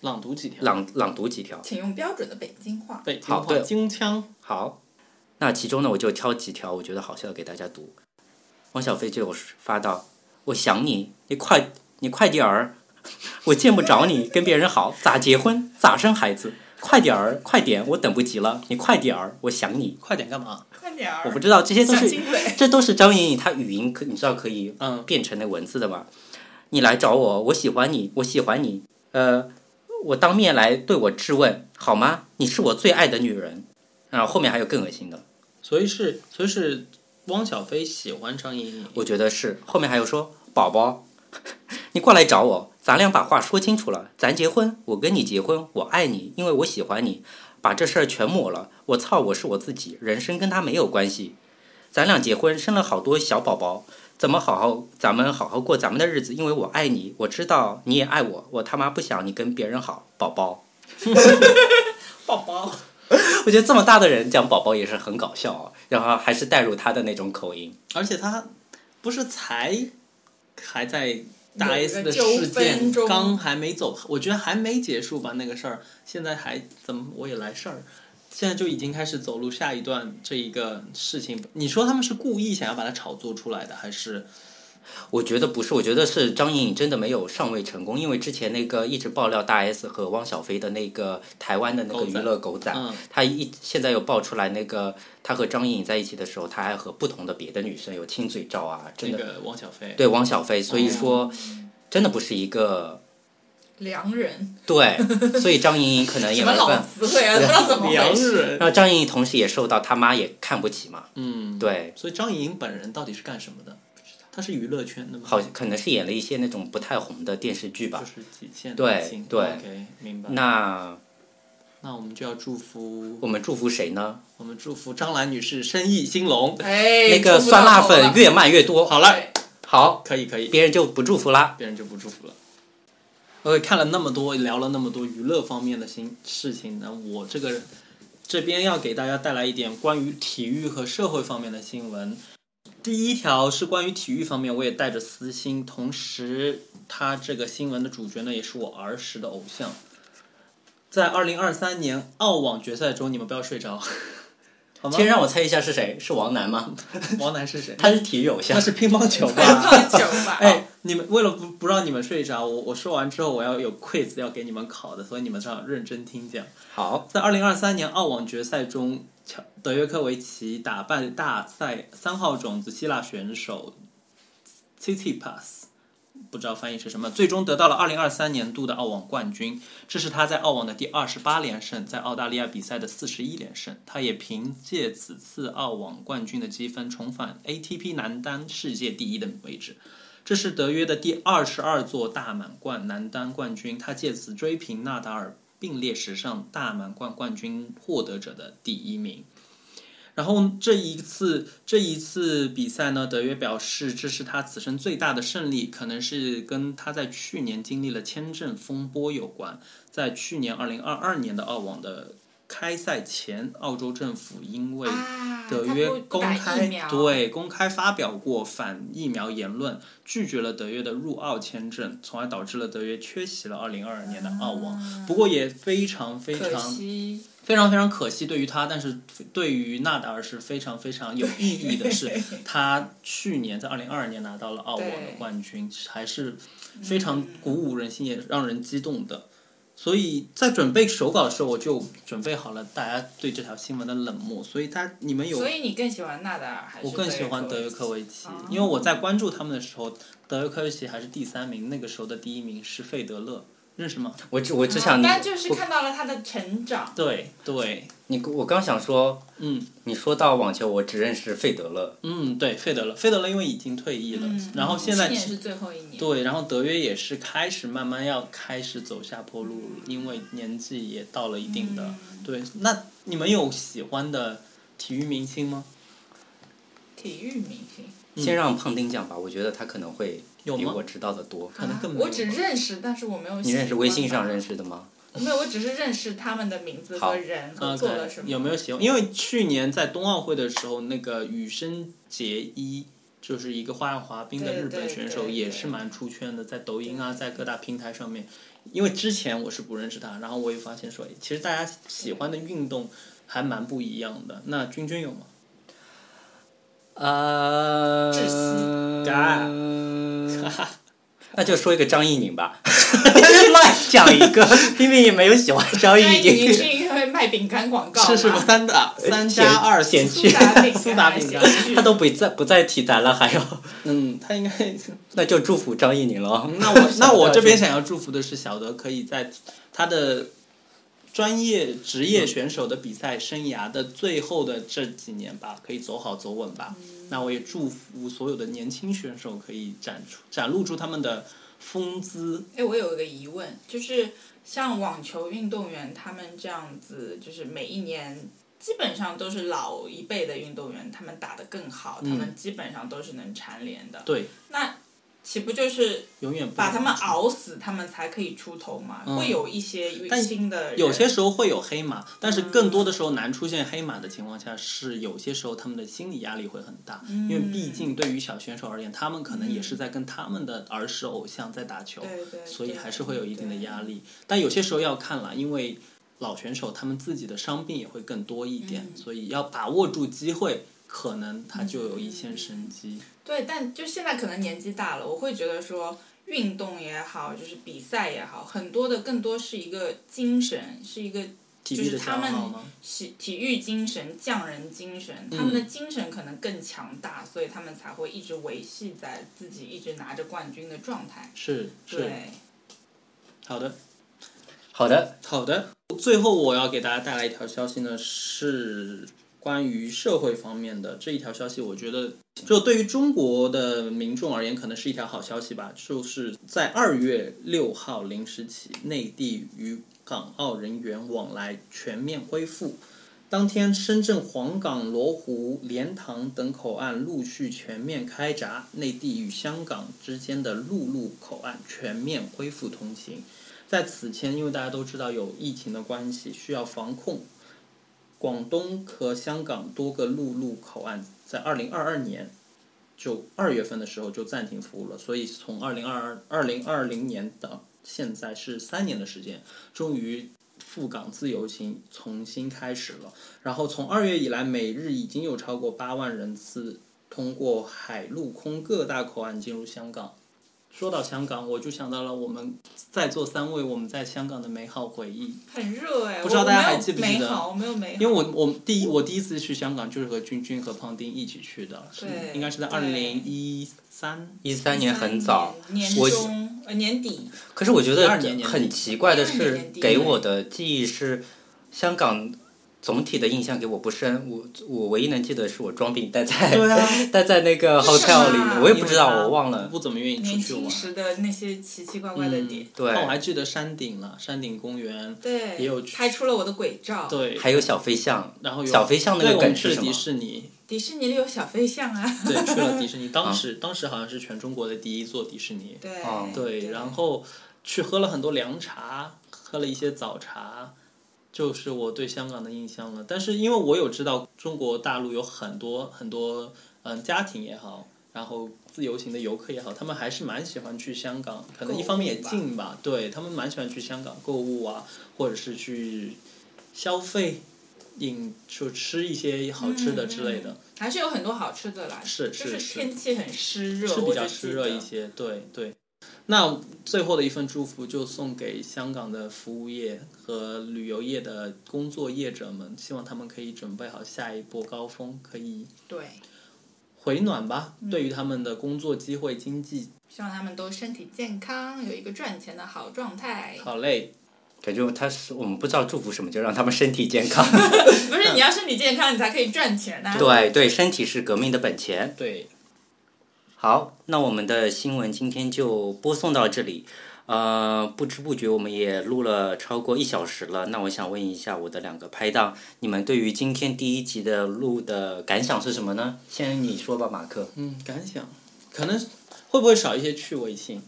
[SPEAKER 2] 朗读几条，
[SPEAKER 1] 朗朗读几条。
[SPEAKER 3] 请用标准的北京话。
[SPEAKER 2] 北京
[SPEAKER 1] 好
[SPEAKER 2] 话
[SPEAKER 1] 对
[SPEAKER 2] 京腔，
[SPEAKER 1] 好，那其中呢，我就挑几条我觉得好笑的给大家读。汪小菲就有发到：“我想你，你快你快点儿，我见不着你，跟别人好，咋结婚，咋生孩子？快点儿，快点，我等不及了，你快点儿，我想你。
[SPEAKER 2] 快点干嘛？
[SPEAKER 3] 快点”儿，
[SPEAKER 1] 我不知道这些都
[SPEAKER 3] 想
[SPEAKER 1] 是
[SPEAKER 3] 亲嘴。
[SPEAKER 1] 这都是张莹莹她语音可你知道可以
[SPEAKER 2] 嗯，
[SPEAKER 1] 变成那文字的嘛。你来找我，我喜欢你，我喜欢你。呃，我当面来对我质问好吗？你是我最爱的女人。然后后面还有更恶心的。
[SPEAKER 2] 所以是所以是汪小菲喜欢张莹莹，
[SPEAKER 1] 我觉得是。后面还有说，宝宝，你过来找我，咱俩把话说清楚了，咱结婚，我跟你结婚，我爱你，因为我喜欢你，把这事儿全抹了。我操，我是我自己，人生跟他没有关系。咱俩结婚，生了好多小宝宝，怎么好好咱们好好过咱们的日子？因为我爱你，我知道你也爱我，我他妈不想你跟别人好，宝宝。
[SPEAKER 3] 宝宝，
[SPEAKER 1] 我觉得这么大的人讲宝宝也是很搞笑、哦，然后还是带入他的那种口音。
[SPEAKER 2] 而且他不是才还在大
[SPEAKER 3] 有一
[SPEAKER 2] S 的
[SPEAKER 3] 个纠
[SPEAKER 2] 事
[SPEAKER 3] 纷
[SPEAKER 2] 件
[SPEAKER 3] 中
[SPEAKER 2] 刚还没走，我觉得还没结束吧那个事儿，现在还怎么我也来事儿，现在就已经开始走入下一段这一个事情。你说他们是故意想要把它炒作出来的，还是
[SPEAKER 1] 我觉得不是，我觉得是张颖真的没有上位成功，因为之前那个一直爆料大 S 和汪小菲的那个台湾的那个
[SPEAKER 2] 狗
[SPEAKER 1] 娱
[SPEAKER 2] 仔
[SPEAKER 1] 乐狗仔，
[SPEAKER 2] 嗯
[SPEAKER 1] 他一现在又爆出来那个他和张颖在一起的时候，他还和不同的别的女生有亲嘴照啊，真
[SPEAKER 2] 那
[SPEAKER 1] 的、
[SPEAKER 2] 个汪小菲？
[SPEAKER 1] 对汪小菲，所以说、
[SPEAKER 3] 哦
[SPEAKER 1] 真的不是一个
[SPEAKER 3] 良人，
[SPEAKER 1] 对，所以张颖颖可能也
[SPEAKER 3] 什
[SPEAKER 1] 没办
[SPEAKER 3] 么老
[SPEAKER 1] 法。
[SPEAKER 3] 词汇啊？不知道怎么
[SPEAKER 2] 良
[SPEAKER 3] 回事。
[SPEAKER 2] 人，
[SPEAKER 1] 然后张颖颖同时也受到他妈也看不起嘛，
[SPEAKER 2] 嗯，。
[SPEAKER 1] 对，
[SPEAKER 2] 所以张莹莹本人到底是干什么的？她是娱乐圈的吗？
[SPEAKER 1] 好可能是演了一些那种不太红的电视剧吧
[SPEAKER 2] 就。是几线
[SPEAKER 1] 对
[SPEAKER 2] 明星
[SPEAKER 1] 对
[SPEAKER 2] OK，明白。
[SPEAKER 1] 那
[SPEAKER 2] 那我们就要祝福
[SPEAKER 1] 我们祝福谁呢？
[SPEAKER 2] 我们祝福张兰女士生意兴隆。
[SPEAKER 3] 哎，
[SPEAKER 1] 那个
[SPEAKER 3] 祝福
[SPEAKER 1] 酸辣
[SPEAKER 3] 到头了
[SPEAKER 1] 粉越卖越多。好了，
[SPEAKER 3] 对
[SPEAKER 1] 好，
[SPEAKER 2] 可以可以，
[SPEAKER 1] 别人就不祝福啦。
[SPEAKER 2] 别人就不祝福了。OK，看了那么多，聊了那么多娱乐方面的新事情呢，我这个人这边要给大家带来一点关于体育和社会方面的新闻。第一条是关于体育方面，我也带着私心，同时他这个新闻的主角呢，也是我儿时的偶像。在二零二三年澳网决赛中，你们不要睡着， 好吗
[SPEAKER 1] 先？让我猜一下是谁？是王楠吗？
[SPEAKER 2] 王楠是谁？
[SPEAKER 1] 他是体育偶像
[SPEAKER 2] 那。是乒乓 球吧？
[SPEAKER 3] 酒吧，
[SPEAKER 2] 哎，你们为了不不让你们睡着，我我说完之后我要有 quiz 要给你们考的，所以你们要认真听讲。
[SPEAKER 1] 好，
[SPEAKER 2] 在二零二三年澳网决赛中，乔德约科维奇打败大赛三号种子希腊选手 Tsitsipas，不知道翻译是什么，最终得到了二零二三年度的澳网冠军。这是他在澳网的第二十八连胜，在澳大利亚比赛的四十一连胜。他也凭借此次澳网冠军的积分，重返 ATP 男单世界第一的位置。这是德约的第二十二座大满贯男单冠军，他借此追平纳达尔，并列史上大满贯冠军获得者的第一名。然后这一次这一次比赛呢，德约表示这是他此生最大的胜利，可能是跟他在去年经历了签证风波有关。在去年二零二二年的澳网的开赛前，澳洲政府因为
[SPEAKER 3] 啊
[SPEAKER 2] 德
[SPEAKER 3] 他
[SPEAKER 2] 约
[SPEAKER 3] 不
[SPEAKER 2] 公
[SPEAKER 3] 打疫
[SPEAKER 2] 开
[SPEAKER 3] 苗
[SPEAKER 2] 对公开发表过反疫苗言论，拒绝了德约的入澳签证，从而导致了德约缺席了2022年的澳网。不过也非常非
[SPEAKER 3] 啊可
[SPEAKER 2] 常
[SPEAKER 3] 惜，
[SPEAKER 2] 非常非常可惜，对于他，但是对于纳达尔是非常非常有意义的是，他去年在2022年拿到了澳网的
[SPEAKER 3] 对嗯
[SPEAKER 2] 冠军，还是非常鼓舞人心，也让人激动的。所以在准备手稿的时候，我就准备好了大家对这条新闻的冷漠。所以大家你们有
[SPEAKER 3] 所以你更喜欢纳达尔还是
[SPEAKER 2] 我更喜欢德
[SPEAKER 3] 德
[SPEAKER 2] 约
[SPEAKER 3] 约
[SPEAKER 2] 科
[SPEAKER 3] 科维
[SPEAKER 2] 维奇，因为我在关注他们的时候，德约科维奇还是第三名，那个时候的第一名是费德勒，认识吗？
[SPEAKER 1] 我只我只
[SPEAKER 3] 奇？
[SPEAKER 1] 想你，
[SPEAKER 3] 但啊就是看到了他的成长，
[SPEAKER 2] 对对，
[SPEAKER 1] 你我刚想说，
[SPEAKER 2] 嗯
[SPEAKER 1] 你说到网球，我只认识费德勒。
[SPEAKER 2] 嗯，对费德勒，费德勒因为已经退役了，
[SPEAKER 3] 嗯，
[SPEAKER 2] 然后现在
[SPEAKER 3] 今年是最后一年，
[SPEAKER 2] 对，然后德约也是开始慢慢要开始走下坡路了，因为年纪也到了一定的，
[SPEAKER 3] 嗯
[SPEAKER 2] 对，那你们有喜欢的体育明星吗？
[SPEAKER 3] 体育明星。
[SPEAKER 1] 先让胖丁讲吧，我觉得他可能会
[SPEAKER 2] 有
[SPEAKER 1] 比
[SPEAKER 2] 吗
[SPEAKER 1] 我知道的多。
[SPEAKER 2] 可能更没有
[SPEAKER 3] 我只
[SPEAKER 2] 吧
[SPEAKER 3] 认识，但是我没有。
[SPEAKER 1] 你认识微信上认？识的吗？
[SPEAKER 3] 没有，我只是认识他们的名字
[SPEAKER 1] 好
[SPEAKER 3] 和人和做了什么。
[SPEAKER 2] 呃有没有喜欢？因为去年在冬奥会的时候，那个羽生结衣就是一个花样滑冰的
[SPEAKER 3] 对
[SPEAKER 2] 日本
[SPEAKER 3] 对
[SPEAKER 2] 选
[SPEAKER 3] 对
[SPEAKER 2] 手，
[SPEAKER 3] 对
[SPEAKER 2] 也是蛮出圈的，在抖音啊，在各大平台上面。因为之前我是不认识他，然后我也发现说，其实大家喜欢的运动还蛮不一样的。那君君有吗？
[SPEAKER 1] 呃，
[SPEAKER 3] 窒息
[SPEAKER 2] 嘎
[SPEAKER 1] 那就说一个张艺宁吧， 乱讲一个，冰冰也没有喜欢张艺
[SPEAKER 3] 那你是
[SPEAKER 1] 宁。
[SPEAKER 3] 因为卖饼干广 告
[SPEAKER 2] 是什么
[SPEAKER 3] 吗？
[SPEAKER 2] 三打三加二
[SPEAKER 1] 减
[SPEAKER 2] 减
[SPEAKER 1] 去
[SPEAKER 2] 去
[SPEAKER 3] 苏 打
[SPEAKER 2] 苏
[SPEAKER 3] 饼干
[SPEAKER 2] 打饼干
[SPEAKER 3] 还？是
[SPEAKER 1] 他都不在不在体坛了，还要
[SPEAKER 2] 嗯，他应该
[SPEAKER 1] 那就祝福张艺宁了。
[SPEAKER 2] 那 我那我这边想要祝福的是，小德可以在他的专业职业选手的比赛生涯的最后的这几年吧，可以走好走
[SPEAKER 3] 嗯
[SPEAKER 2] 稳吧。那我也祝福所有的年轻选手可以展出展露出他们的风姿。
[SPEAKER 3] 哎，我有一个疑问，就是像网球运动员他们这样子，就是每一年基本上都是老一辈的运动员，他们打得更好，他们基本上都是能蝉联的。
[SPEAKER 2] 嗯对，
[SPEAKER 3] 那岂不就是
[SPEAKER 2] 永远不
[SPEAKER 3] 把他们
[SPEAKER 2] 能出
[SPEAKER 3] 熬死，他们才可以出头吗？会有一些新的人，
[SPEAKER 2] 嗯有些时候会有黑马，但是更多的时候难出现黑马的情况下，是有些时候他们的心理压力会很大，因
[SPEAKER 3] 嗯
[SPEAKER 2] 为毕竟对于小选手而言，他们可能也是在跟他们的儿时偶像在打球，
[SPEAKER 3] 对对
[SPEAKER 2] 所以
[SPEAKER 3] 对
[SPEAKER 2] 还是会有一定的
[SPEAKER 3] 对
[SPEAKER 2] 压力。但有些时候要看啦，因为老选手他们自己的伤病也会更多一点，
[SPEAKER 3] 嗯
[SPEAKER 2] 所以要把握住机会，可能他就有一
[SPEAKER 3] 嗯
[SPEAKER 2] 线生机。
[SPEAKER 3] 对，但就现在可能年纪大了，我会觉得说运动也好，就是比赛也好，很多的更多是一个精神，是一个
[SPEAKER 2] 体
[SPEAKER 3] 就
[SPEAKER 2] 力
[SPEAKER 3] 是
[SPEAKER 2] 的消
[SPEAKER 3] 他们
[SPEAKER 2] 耗吗？
[SPEAKER 3] 是体育精神、匠人精神，他
[SPEAKER 2] 嗯
[SPEAKER 3] 们的精神可能更强大，所以他们才会一直维系在自己一直拿着冠军的状态。
[SPEAKER 2] 是是，
[SPEAKER 3] 对，
[SPEAKER 2] 好的。
[SPEAKER 1] 好的，
[SPEAKER 2] 好的，最后我要给大家带来一条消息呢，是关于社会方面的这一条消息，我觉得就对于中国的民众而言，可能是一条好消息吧。就是在二月六号零时起，内地与港澳人员往来全面恢复。当天，深圳黄港、罗湖、莲塘等口岸陆续全面开闸，内地与香港之间的陆路口岸全面恢复通行。在此前，因为大家都知道有疫情的关系，需要防控，广东和香港多个陆路口岸在二零二二年就二月份的时候就暂停服务了，所以从二零二二二零二零年到现在是三年的时间，终于赴港自由行重新开始了。然后从二月以来，每日已经有超过八万人次通过海陆空各大口岸进入香港。说到香港，我就想到了我们在座三位我们在香港的美好回忆。
[SPEAKER 3] 很热哎、我
[SPEAKER 2] 不知道大家还记不记得
[SPEAKER 3] 我没有美好，我没有美好。
[SPEAKER 2] 因为我我第一我第一次去香港就是和君君和胖丁一起去的，是
[SPEAKER 3] 对
[SPEAKER 2] 应该是在二零一三
[SPEAKER 1] 一三年很早，
[SPEAKER 3] 年
[SPEAKER 1] 我
[SPEAKER 3] 中呃年底，
[SPEAKER 1] 可是我觉得
[SPEAKER 2] 12年年底
[SPEAKER 1] 很奇怪的
[SPEAKER 3] 12
[SPEAKER 1] 是
[SPEAKER 3] 年，底
[SPEAKER 1] 给我的记忆是香港总体的印象给我不深，我我唯一能记得是我装病待在、
[SPEAKER 2] 对啊
[SPEAKER 1] 待在那个
[SPEAKER 3] 为什么
[SPEAKER 1] hotel
[SPEAKER 3] 啊
[SPEAKER 1] 里面，我也不知道，
[SPEAKER 2] 因为他
[SPEAKER 1] 我忘了。嗯
[SPEAKER 2] 不怎么愿意出
[SPEAKER 3] 年
[SPEAKER 2] 去玩
[SPEAKER 3] 轻。时的那些奇奇怪怪的点，
[SPEAKER 1] 对
[SPEAKER 2] 哦我还记得山顶了，山顶公园，
[SPEAKER 3] 对，
[SPEAKER 2] 也有去
[SPEAKER 3] 拍出了我的轨照。，
[SPEAKER 2] 对，
[SPEAKER 1] 还有小飞象，
[SPEAKER 2] 然后有
[SPEAKER 1] 小飞象那
[SPEAKER 2] 对
[SPEAKER 1] 个
[SPEAKER 2] 我们
[SPEAKER 1] 梗
[SPEAKER 2] 去
[SPEAKER 1] 是
[SPEAKER 2] 了
[SPEAKER 1] 什么
[SPEAKER 2] 迪？士尼，
[SPEAKER 3] 迪士尼里有小飞象啊。
[SPEAKER 2] 对，去了迪士 尼，
[SPEAKER 1] 啊
[SPEAKER 2] 当时当时好像是全中国的第一座迪士尼，
[SPEAKER 1] 哦
[SPEAKER 3] 对、
[SPEAKER 2] 啊对，然后去喝了很多凉茶，喝了一些早茶，就是我对香港的印象了。但是因为我有知道中国大陆有很多很多嗯家庭也好，然后自由行的游客也好，他们还是蛮喜欢去香港，可能一方面也
[SPEAKER 3] 购物吧
[SPEAKER 2] 近吧，对他们蛮喜欢去香港购物啊，或者是去消费。饮就吃一些好吃的之类的，
[SPEAKER 3] 嗯还是有很多好吃的啦。
[SPEAKER 2] 是
[SPEAKER 3] 就是
[SPEAKER 2] 是
[SPEAKER 3] 天气很湿热，
[SPEAKER 2] 是比
[SPEAKER 3] 我
[SPEAKER 2] 较
[SPEAKER 3] 就
[SPEAKER 2] 湿
[SPEAKER 3] 记
[SPEAKER 2] 热
[SPEAKER 3] 得
[SPEAKER 2] 一些，对对。那最后的一份祝福就送给香港的服务业和旅游业的工作业者们，希望他们可以准备好下一波高峰，可以
[SPEAKER 3] 对，
[SPEAKER 2] 回暖吧。
[SPEAKER 3] 嗯
[SPEAKER 2] 对于他们的工作机会、经济，
[SPEAKER 3] 希望他们都身体健康，有一个赚钱的好状 态。
[SPEAKER 2] 好嘞，
[SPEAKER 1] 感觉他是我们不知道祝福什么，就让他们身体健康。
[SPEAKER 3] 不是你要身体健康，你才可以赚钱啊呐、
[SPEAKER 1] 对对，身体是革命的本钱。
[SPEAKER 2] 对，
[SPEAKER 1] 好，那我们的新闻今天就播送到这里。呃，不知不觉我们也录了超过一小时了。那我想问一下我的两个拍档，你们对于今天第一集的录的感想是什么呢？先你说吧，马克。
[SPEAKER 2] 嗯，感想，可能会不会少一些趣味性？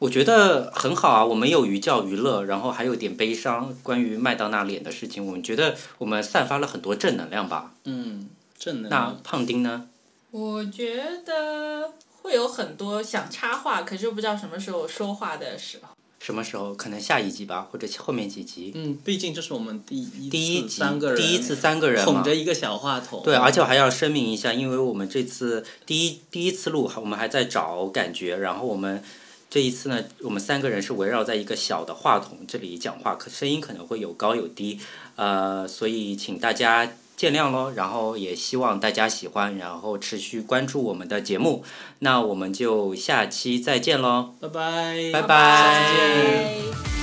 [SPEAKER 1] 我觉得很好啊，我们有寓教于乐，然后还有点悲伤，关于麦当娜脸的事情，我们觉得我们散发了很多正能量吧。
[SPEAKER 2] 嗯，正能
[SPEAKER 1] 那
[SPEAKER 2] 量。
[SPEAKER 1] 胖丁呢？
[SPEAKER 3] 我觉得会有很多想插话，可是又不知道什么时候说话的时候。
[SPEAKER 1] 什么时候？可能下一集吧，或者后面几集。
[SPEAKER 2] 嗯，毕竟这是我们第一
[SPEAKER 1] 第一
[SPEAKER 2] 次
[SPEAKER 1] 集
[SPEAKER 2] 三个，人
[SPEAKER 1] 第一次三个人嘛
[SPEAKER 2] 捧着一个小话筒，
[SPEAKER 1] 对，而且我还要声明一下，因为我们这次第一第一次录，我们还在找感觉，然后我们这一次呢，我们三个人是围绕在一个小的话筒这里讲话，可声音可能会有高有低，呃，所以请大家见谅喽，然后也希望大家喜欢，然后持续关注我们的节目，那我们就下期再见喽，
[SPEAKER 2] 拜拜，
[SPEAKER 1] 拜
[SPEAKER 2] 拜
[SPEAKER 1] 拜
[SPEAKER 2] 下次见。
[SPEAKER 3] 拜